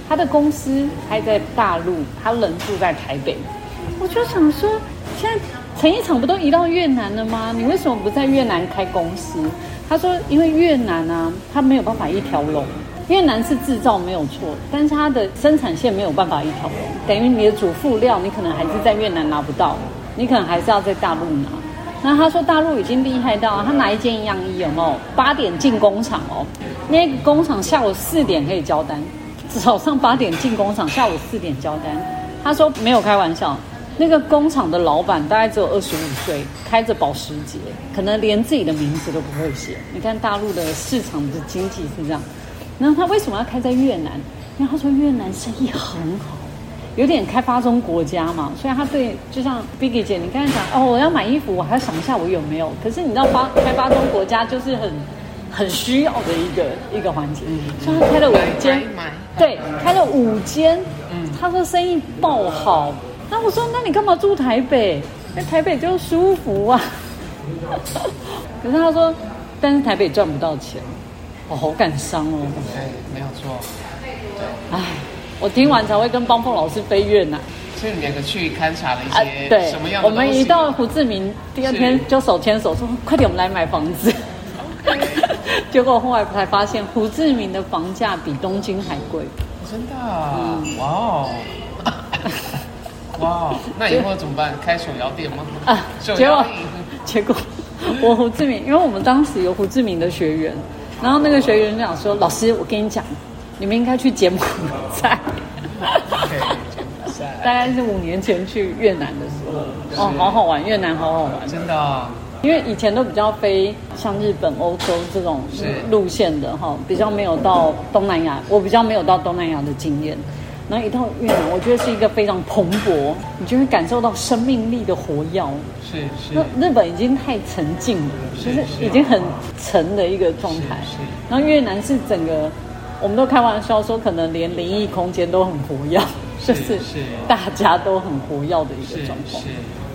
[SPEAKER 2] 他的公司开在大陆，他人住在台北。我就想说，现在成衣厂不都移到越南了吗？你为什么不在越南开公司？他说，因为越南啊，他没有办法一条龙。越南是制造没有错，但是它的生产线没有办法一条龙，等于你的主副料你可能还是在越南拿不到，你可能还是要在大陆拿。那他说大陆已经厉害到，他拿一件一样衣有没有？八点进工厂哦，那个工厂下午四点可以交单，早上八点进工厂，下午四点交单。他说没有开玩笑，那个工厂的老板大概只有二十五岁，开着保时捷，可能连自己的名字都不会写。你看大陆的市场的经济是这样，然后他为什么要开在越南？因为他说越南生意很好。有点开发中国家嘛，所以他对就像 Biggie 姐你刚才讲哦，我要买衣服，我还要想一下我有没有。可是你知道发开发中国家就是很很需要的一个一个环节，所以他开了五间
[SPEAKER 1] 嗯买买，
[SPEAKER 2] 对，开了五间，
[SPEAKER 1] 嗯
[SPEAKER 2] 他说生意爆好。那我说那你干嘛住台北？那台北就舒服啊。 可是他说，但是台北赚不到钱，我、好感伤哦。
[SPEAKER 1] 对，哎没有错。
[SPEAKER 2] 唉，我听完才会跟邦凤老师飞越南。
[SPEAKER 1] 所以你们两个去勘察了一
[SPEAKER 2] 啊，
[SPEAKER 1] 些
[SPEAKER 2] 对
[SPEAKER 1] 什么样，的
[SPEAKER 2] 我
[SPEAKER 1] 东西？
[SPEAKER 2] 们一到胡志明，第二天
[SPEAKER 1] 是
[SPEAKER 2] 就手牵手说：“快点，我们来买房子。”结果后来才发现，胡志明的房价比东京还贵。
[SPEAKER 1] 真的啊，哇哦， 哇哦，那以后怎么办？开手摇店吗？
[SPEAKER 2] 啊
[SPEAKER 1] 手
[SPEAKER 2] 结
[SPEAKER 1] 摇
[SPEAKER 2] 果
[SPEAKER 1] 椅，
[SPEAKER 2] 结果我胡志明，因为我们当时有胡志明的学员，然后那个学员就讲说：“老师，我跟你讲，你们应该去柬埔 寨。
[SPEAKER 1] 对，柬埔寨
[SPEAKER 2] 大概是五年前去越南的时候，哦，好好玩，越南好好玩。
[SPEAKER 1] 真的啊，
[SPEAKER 2] 因为以前都比较飞像日本、欧洲这种
[SPEAKER 1] 是
[SPEAKER 2] 路线的哈，比较没有到东南亚，我比较没有到东南亚的经验。然后一到越南，我觉得是一个非常蓬勃，你就会感受到生命力的活跃。
[SPEAKER 1] 是是
[SPEAKER 2] 那日本已经太沉静了，
[SPEAKER 1] 是
[SPEAKER 2] 就是
[SPEAKER 1] 是
[SPEAKER 2] 已经很沉的一个状态
[SPEAKER 1] 是是。
[SPEAKER 2] 然后越南是整个，我们都开玩笑说，可能连灵异空间都很活跃，就是是
[SPEAKER 1] 是
[SPEAKER 2] 大家都很活跃的一
[SPEAKER 1] 是
[SPEAKER 2] 个状况。
[SPEAKER 1] 是，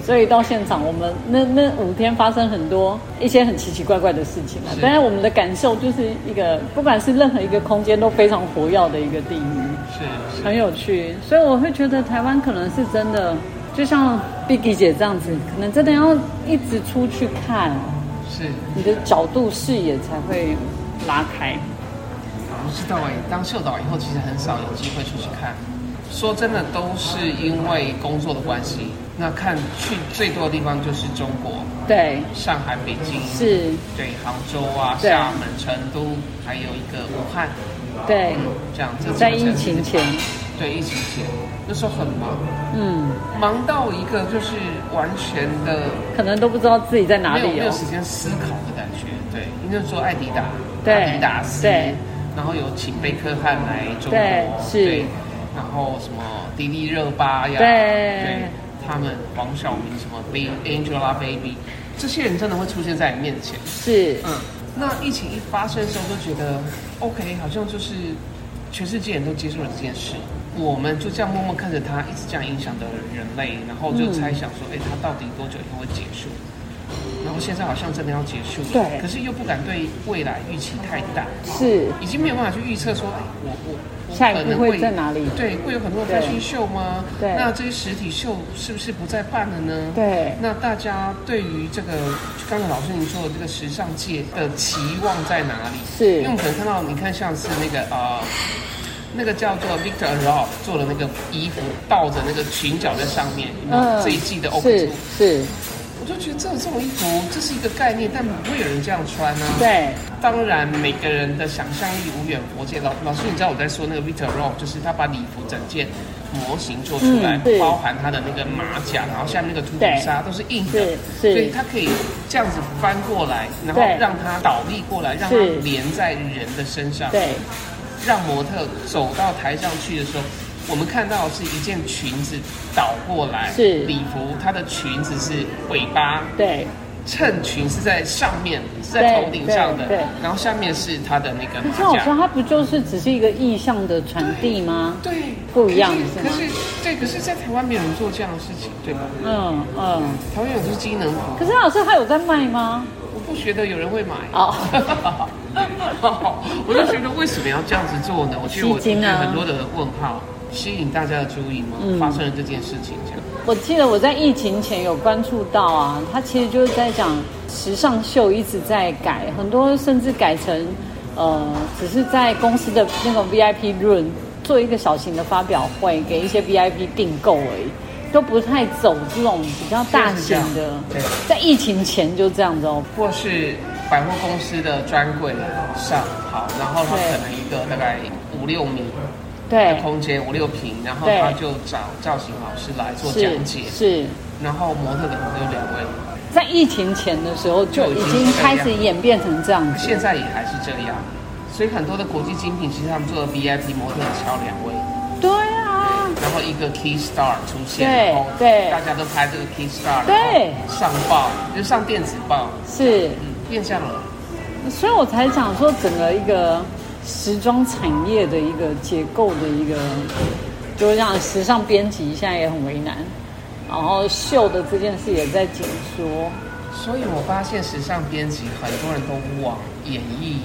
[SPEAKER 2] 所以到现场，我们那那五天发生很多一些很奇奇怪怪的事情啊
[SPEAKER 1] 是。
[SPEAKER 2] 但是我们的感受就是一个，不管是任何一个空间都非常活跃的一个地域，
[SPEAKER 1] 是是
[SPEAKER 2] 很有趣。所以我会觉得台湾可能是真的，就像 Biggie 姐这样子，可能真的要一直出去看，
[SPEAKER 1] 是，
[SPEAKER 2] 你的角度视野才会拉开。
[SPEAKER 1] 我不知道哎、当秀导以后，其实很少有机会出去看。说真的，都是因为工作的关系。那看去最多的地方就是中国，
[SPEAKER 2] 对，
[SPEAKER 1] 上海、北京，
[SPEAKER 2] 是，
[SPEAKER 1] 对，杭州啊，
[SPEAKER 2] 对
[SPEAKER 1] 厦门、成都，还有一个武汉，嗯
[SPEAKER 2] 对，
[SPEAKER 1] 这样子。
[SPEAKER 2] 在疫情前，
[SPEAKER 1] 对，疫情前那时候很忙，
[SPEAKER 2] 嗯，
[SPEAKER 1] 忙到一个就是完全的
[SPEAKER 2] 可能都不知道自己在哪
[SPEAKER 1] 没有
[SPEAKER 2] 里
[SPEAKER 1] 没有
[SPEAKER 2] 哦。
[SPEAKER 1] 时间思考的感觉。对，因为说艾迪达，
[SPEAKER 2] 对
[SPEAKER 1] 艾迪达斯
[SPEAKER 2] 对，
[SPEAKER 1] 然后有请贝克汉来中国，
[SPEAKER 2] 对是
[SPEAKER 1] 对然后什么迪丽热巴呀，
[SPEAKER 2] 对
[SPEAKER 1] 他们黄晓明什么 B Angelababy，这些人真的会出现在你面前。
[SPEAKER 2] 是，
[SPEAKER 1] 嗯，那疫情一发生的时候，就觉得 OK，好像就是全世界人都接受了这件事，我们就这样默默看着它一直这样影响着人类，然后就猜想
[SPEAKER 2] 嗯
[SPEAKER 1] 说，哎、它到底多久以后会结束？然后现在好像真的要结束了，
[SPEAKER 2] 对
[SPEAKER 1] 可是又不敢对未来预期太大，
[SPEAKER 2] 是。
[SPEAKER 1] 已经没有办法去预测说，哎，我我我
[SPEAKER 2] 下
[SPEAKER 1] 可
[SPEAKER 2] 一
[SPEAKER 1] 能
[SPEAKER 2] 步会在哪里？
[SPEAKER 1] 对，会有很多
[SPEAKER 2] 对
[SPEAKER 1] 开心秀吗？
[SPEAKER 2] 对
[SPEAKER 1] 那这些实体秀是不是不再办了呢？
[SPEAKER 2] 对
[SPEAKER 1] 那大家对于这个刚才老师您说的这个时尚界的期望在哪里？因为
[SPEAKER 2] 是
[SPEAKER 1] 我，们可能看到，你看像是那个呃，那个叫做 Victor r o l f 做的那个衣服倒着那个裙角在上面，有没有这一季的 OK
[SPEAKER 2] 嗯是
[SPEAKER 1] 裤，
[SPEAKER 2] 是，
[SPEAKER 1] 我就觉得这种这种衣服这是一个概念，但不会有人这样穿啊。
[SPEAKER 2] 对，
[SPEAKER 1] 当然，每个人的想象力无远佛界。老老师，你知道我在说那个 Victor r o l 就是他把礼服整件模型做出来，
[SPEAKER 2] 嗯对
[SPEAKER 1] 包含他的那个马甲，然后下面那个图
[SPEAKER 2] 对
[SPEAKER 1] 骨纱都是硬的
[SPEAKER 2] 是，
[SPEAKER 1] 所以
[SPEAKER 2] 是，
[SPEAKER 1] 它可以这样子翻过来，然后
[SPEAKER 2] 对
[SPEAKER 1] 让它倒立过来，让它
[SPEAKER 2] 是
[SPEAKER 1] 连在人的身上，
[SPEAKER 2] 对，
[SPEAKER 1] 让模特走到台上去的时候。我们看到的是一件裙子倒过来，
[SPEAKER 2] 是
[SPEAKER 1] 礼服，它的裙子是尾巴
[SPEAKER 2] 对，
[SPEAKER 1] 衬裙是在上面，是在头顶上的
[SPEAKER 2] 对对，
[SPEAKER 1] 然后下面是它的那个
[SPEAKER 2] 可是我
[SPEAKER 1] 马
[SPEAKER 2] 说
[SPEAKER 1] 甲。
[SPEAKER 2] 它不就是只是一个意向的传递吗？
[SPEAKER 1] 对，
[SPEAKER 2] 不一样是
[SPEAKER 1] 可是可
[SPEAKER 2] 吗
[SPEAKER 1] 是对，可是在台湾没有人做这样的事情，对吧？
[SPEAKER 2] 嗯嗯，
[SPEAKER 1] 台湾有就是机能服，
[SPEAKER 2] 可是老师还有在卖吗？
[SPEAKER 1] 我不觉得有人会买。
[SPEAKER 2] 哦
[SPEAKER 1] 我就觉得为什么要这样子做呢？我觉得我
[SPEAKER 2] 吸睛啊
[SPEAKER 1] 有很多的问号，吸引大家的注意吗？
[SPEAKER 2] 嗯
[SPEAKER 1] 发生了这件事情，这样
[SPEAKER 2] 我记得我在疫情前有关注到啊，它其实就是在讲时尚秀一直在改，很多甚至改成呃，只是在公司的那种 VIP room 做一个小型的发表会，给一些 VIP 订购而已。都不太走这种比较大型的
[SPEAKER 1] 对，
[SPEAKER 2] 在疫情前就这样子哦。
[SPEAKER 1] 或是百货公司的专柜上好，然后它
[SPEAKER 2] 对
[SPEAKER 1] 可能一个大概五六米的
[SPEAKER 2] 对，
[SPEAKER 1] 空间，五六平，然后
[SPEAKER 2] 对
[SPEAKER 1] 他就找造型老师来做
[SPEAKER 2] 是
[SPEAKER 1] 讲解，
[SPEAKER 2] 是
[SPEAKER 1] 然后模特可能就两位，
[SPEAKER 2] 在疫情前的时候就
[SPEAKER 1] 就已
[SPEAKER 2] 已
[SPEAKER 1] 经
[SPEAKER 2] 经
[SPEAKER 1] 这
[SPEAKER 2] 开
[SPEAKER 1] 样
[SPEAKER 2] 始演变成这样子。
[SPEAKER 1] 现在也还是这样。所以很多的国际精品，其实他们做的 VIP 模特超两位，
[SPEAKER 2] 对啊，
[SPEAKER 1] 然后一个 Key Star 出现，
[SPEAKER 2] 对
[SPEAKER 1] 然后
[SPEAKER 2] 对
[SPEAKER 1] 大家都拍这个 Key Star，
[SPEAKER 2] 对，
[SPEAKER 1] 上报就上电子报，
[SPEAKER 2] 是，
[SPEAKER 1] 嗯，变相了，
[SPEAKER 2] 所以我才讲说整个一个时装产业的一个结构的一个，就是让时尚编辑现在也很为难，然后秀的这件事也在紧缩。
[SPEAKER 1] 所以我发现时尚编辑很多人都往演艺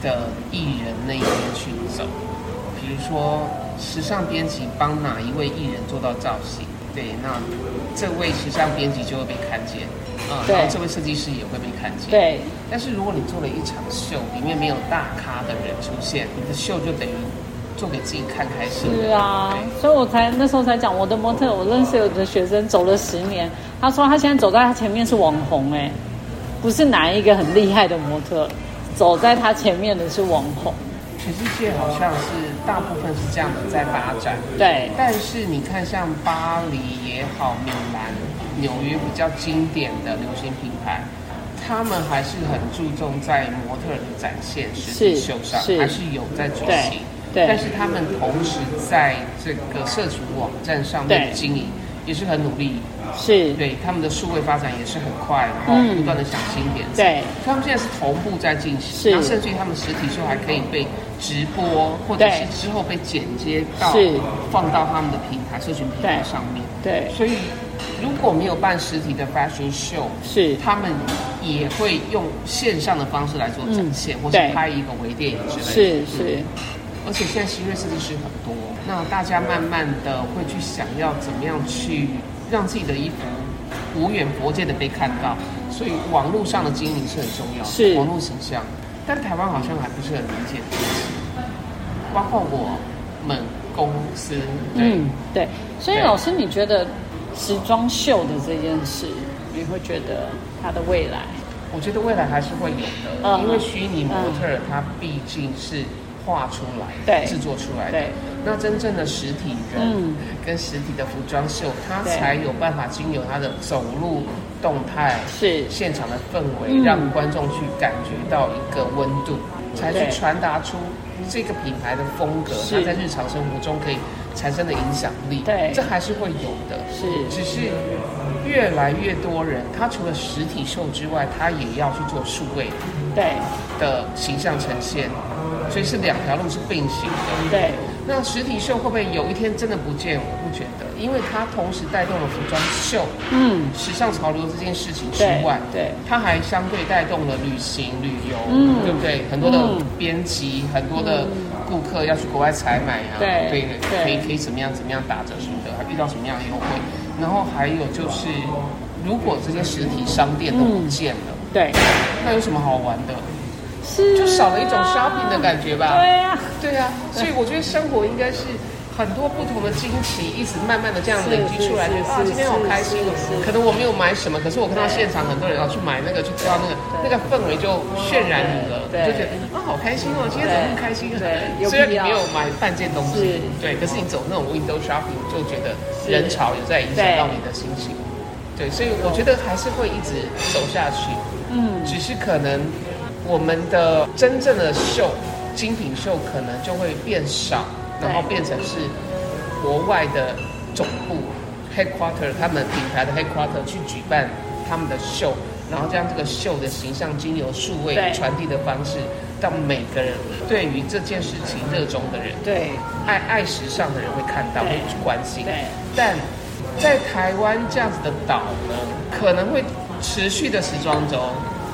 [SPEAKER 1] 的艺人那一边去走，比如说时尚编辑帮哪一位艺人做到造型，对，那这位时尚编辑就会被看见，啊、
[SPEAKER 2] 对
[SPEAKER 1] 然后这位设计师也会被看见，。
[SPEAKER 2] 对，
[SPEAKER 1] 但是如果你做了一场秀，里面没有大咖的人出现，你的秀就等于做给自己看开心的。
[SPEAKER 2] 是啊，所以我才那时候才讲我的模特，我认识有的学生走了十年，他说他现在走在他前面是网红哎、不是哪一个很厉害的模特，走在他前面的是网红，
[SPEAKER 1] 对全世界好像是大部分是这样的在发展，
[SPEAKER 2] 对
[SPEAKER 1] 但是你看，像巴黎也好，米兰、纽约比较经典的流行品牌，他们还是很注重在模特儿的展现、实体
[SPEAKER 2] 是
[SPEAKER 1] 秀上，
[SPEAKER 2] 是
[SPEAKER 1] 还是有在举行。
[SPEAKER 2] 对对
[SPEAKER 1] 但是他们同时在这个社群网站上面的
[SPEAKER 2] 对
[SPEAKER 1] 经营也是很努力，
[SPEAKER 2] 是，
[SPEAKER 1] 对他们的数位发展也是很快，然后
[SPEAKER 2] 嗯
[SPEAKER 1] 不断的想新点子。
[SPEAKER 2] 对
[SPEAKER 1] 他们现在是同步在进行，
[SPEAKER 2] 是
[SPEAKER 1] 然后甚至于他们实体秀还可以被直播，或者是
[SPEAKER 2] 对
[SPEAKER 1] 之后被剪接到
[SPEAKER 2] 是
[SPEAKER 1] 放到他们的平台、社群平台
[SPEAKER 2] 对
[SPEAKER 1] 上面。
[SPEAKER 2] 对
[SPEAKER 1] 所以如果没有办实体的 fashion show，
[SPEAKER 2] 是。
[SPEAKER 1] 他们也会用线上的方式来做展现，或是
[SPEAKER 2] 嗯对
[SPEAKER 1] 拍一个微电影之类的。嗯
[SPEAKER 2] 是是，
[SPEAKER 1] 而且现在新锐设计师很多，那大家慢慢的会去想要怎么样去让自己的衣服无远佛界的被看到，所以网络上的经营是很重要的，
[SPEAKER 2] 是
[SPEAKER 1] 网络形象。但台湾好像还不是很理解这件事，包括我们公司，对，
[SPEAKER 2] 嗯，对。所以
[SPEAKER 1] 对
[SPEAKER 2] 老师，你觉得时装秀的这件事，你会觉得它的未来？
[SPEAKER 1] 我觉得未来还是会有的，
[SPEAKER 2] 嗯
[SPEAKER 1] 因为虚拟模特儿它毕竟是画出来的、
[SPEAKER 2] 对
[SPEAKER 1] 制作出来的
[SPEAKER 2] 对，
[SPEAKER 1] 那真正的实体人
[SPEAKER 2] 嗯
[SPEAKER 1] 跟实体的服装秀，它
[SPEAKER 2] 对
[SPEAKER 1] 才有办法经由它的走路动态、
[SPEAKER 2] 是
[SPEAKER 1] 现场的氛围，
[SPEAKER 2] 嗯
[SPEAKER 1] 让观众去感觉到一个温度，才去
[SPEAKER 2] 对
[SPEAKER 1] 传达出这个品牌的风格，它
[SPEAKER 2] 是
[SPEAKER 1] 在日常生活中可以产生的影响力。
[SPEAKER 2] 对
[SPEAKER 1] 这还是会有的。
[SPEAKER 2] 是
[SPEAKER 1] 只是越来越多人，他除了实体秀之外，他也要去做数位
[SPEAKER 2] 对
[SPEAKER 1] 的形象呈现，所以是两条路是并行的。
[SPEAKER 2] 对
[SPEAKER 1] 那实体秀会不会有一天真的不见？我不觉得，因为它同时带动了服装秀、
[SPEAKER 2] 嗯，
[SPEAKER 1] 时尚潮流这件事情之
[SPEAKER 2] 对
[SPEAKER 1] 外，
[SPEAKER 2] 对
[SPEAKER 1] 它还相对带动了旅行、旅游，
[SPEAKER 2] 嗯
[SPEAKER 1] 对不对？很多的
[SPEAKER 2] 嗯
[SPEAKER 1] 编辑、很多的顾客要去国外采买啊，
[SPEAKER 2] 对
[SPEAKER 1] 对，
[SPEAKER 2] 对
[SPEAKER 1] 可以可以怎么样怎么样打折什么的，还遇到什么样的优惠。然后还有就是，如果这些实体商店都
[SPEAKER 2] 嗯
[SPEAKER 1] 不见了，
[SPEAKER 2] 对，
[SPEAKER 1] 那有什么好玩的？
[SPEAKER 2] 是
[SPEAKER 1] 就少了一种
[SPEAKER 2] 啊
[SPEAKER 1] shopping 的感觉吧。
[SPEAKER 2] 对啊，
[SPEAKER 1] 对啊，所以我觉得生活应该是很多不同的惊奇，一直慢慢的这样累积出来，觉
[SPEAKER 2] 是
[SPEAKER 1] 得
[SPEAKER 2] 是
[SPEAKER 1] 啊
[SPEAKER 2] 是
[SPEAKER 1] 今天好开心哦
[SPEAKER 2] 是是。是
[SPEAKER 1] 可能我没有买什么，可是我看到现场很多人要去买那个，去挑那个，那个氛围就渲染你了，你
[SPEAKER 2] 对
[SPEAKER 1] 就觉得啊好开心哦，今天怎么那么开心啊
[SPEAKER 2] 对？有
[SPEAKER 1] 虽然你
[SPEAKER 2] 必要
[SPEAKER 1] 没有买半件东西
[SPEAKER 2] 是，
[SPEAKER 1] 对，可是你走那种 window shopping 就觉得
[SPEAKER 2] 是
[SPEAKER 1] 人潮有在影响
[SPEAKER 2] 对
[SPEAKER 1] 到你的心情，对，所以我觉得还是会一直走下去。
[SPEAKER 2] 嗯，
[SPEAKER 1] 只是可能我们的真正的秀，精品秀可能就会变少，
[SPEAKER 2] 对
[SPEAKER 1] 然后变成是国外的总部 headquarter 他们品牌的 headquarter 去举办他们的秀，然后将这个秀的形象经由数位
[SPEAKER 2] 对
[SPEAKER 1] 传递的方式，让每个人对于这件事情热衷的人，
[SPEAKER 2] 对
[SPEAKER 1] 爱爱时尚的人会看到，会
[SPEAKER 2] 对
[SPEAKER 1] 去关心。
[SPEAKER 2] 对
[SPEAKER 1] 但在台湾这样子的岛呢，可能会持续的时装周，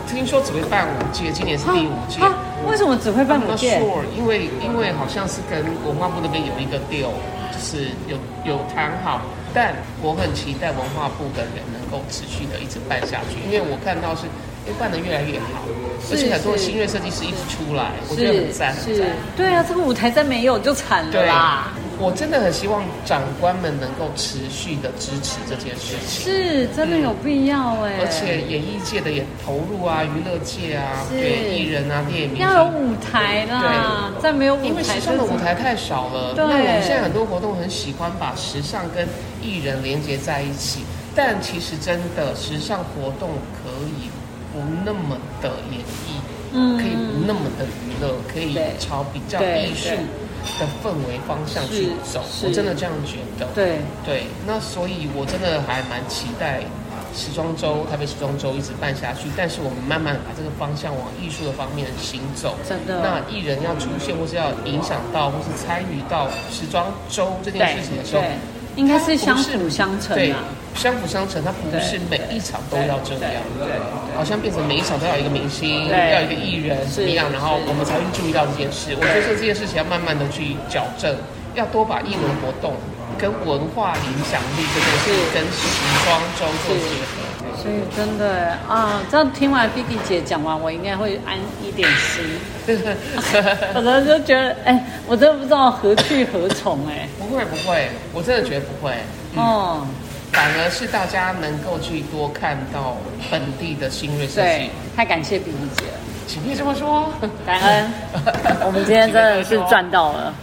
[SPEAKER 1] 听说只会办五届，今年是第五届。
[SPEAKER 2] 啊为什么只会办五
[SPEAKER 1] Not
[SPEAKER 2] 届？
[SPEAKER 1] sure，因为因为好像是跟文化部那边有一个 deal，就是有有谈好，但我很期待文化部的人能够持续的一直办下去，因为我看到是。哎办得越来越好，而且很多
[SPEAKER 2] 是
[SPEAKER 1] 新锐设计师一直出来，我觉得很赞很
[SPEAKER 2] 是
[SPEAKER 1] 赞。，
[SPEAKER 2] 对啊，这个舞台再没有就惨了
[SPEAKER 1] 对
[SPEAKER 2] 啦。，
[SPEAKER 1] 我真的很希望长官们能够持续的支持这件事情。
[SPEAKER 2] 是真的有必要哎、
[SPEAKER 1] 而且演艺界的也投入啊，娱乐界啊，
[SPEAKER 2] 是
[SPEAKER 1] 对艺人啊，电影明
[SPEAKER 2] 要有
[SPEAKER 1] 星，
[SPEAKER 2] 舞台啦，再没有舞台，
[SPEAKER 1] 因为时尚的舞台太少了。
[SPEAKER 2] 对
[SPEAKER 1] 那我们现在很多活动很喜欢把时尚跟艺人连接在一起，但其实真的时尚活动可以不那么的演绎，
[SPEAKER 2] 嗯
[SPEAKER 1] 可以不那么的娱乐，可以
[SPEAKER 2] 对
[SPEAKER 1] 朝比较
[SPEAKER 2] 对
[SPEAKER 1] 艺术的氛围方向去
[SPEAKER 2] 是
[SPEAKER 1] 走。
[SPEAKER 2] 是
[SPEAKER 1] 我真的这样觉得。
[SPEAKER 2] 对，
[SPEAKER 1] 对，那所以我真的还蛮期待时装周，台北时装周一直办下去，但是我们慢慢把这个方向往艺术的方面行走。
[SPEAKER 2] 真的
[SPEAKER 1] 那艺人要出现，或是要影响到，或是参与到时装周这件
[SPEAKER 2] 对
[SPEAKER 1] 事情的时候
[SPEAKER 2] 对，，应该是相
[SPEAKER 1] 它不
[SPEAKER 2] 辅
[SPEAKER 1] 是
[SPEAKER 2] 相成
[SPEAKER 1] 对
[SPEAKER 2] 啊。，
[SPEAKER 1] 相辅相成，它不是每一场都要这样，好像变成每一场都要有一个明星，
[SPEAKER 2] 对
[SPEAKER 1] 要有一个艺人怎
[SPEAKER 2] 是
[SPEAKER 1] 么样，然后
[SPEAKER 2] 是
[SPEAKER 1] 我们才会注意到这件事。我觉得这件事情要慢慢的去矫正，要多把艺文活动跟文化影响力这件事
[SPEAKER 2] 是
[SPEAKER 1] 跟时装周做结 合。
[SPEAKER 2] 所以真的啊，这样听完 Vicky 姐讲完，我应该会安一点心。
[SPEAKER 1] 嗯
[SPEAKER 2] 我都就觉得，哎、我真的不知道何去何从哎、
[SPEAKER 1] 不会不会，我真的觉得不会。嗯，
[SPEAKER 2] 哦，
[SPEAKER 1] 反而是大家能够去多看到本地的新锐设
[SPEAKER 2] 对
[SPEAKER 1] 计，，
[SPEAKER 2] 太感谢 Vicky 姐了，
[SPEAKER 1] 请别这么说，
[SPEAKER 2] 感恩。我们今天真的是赚到了。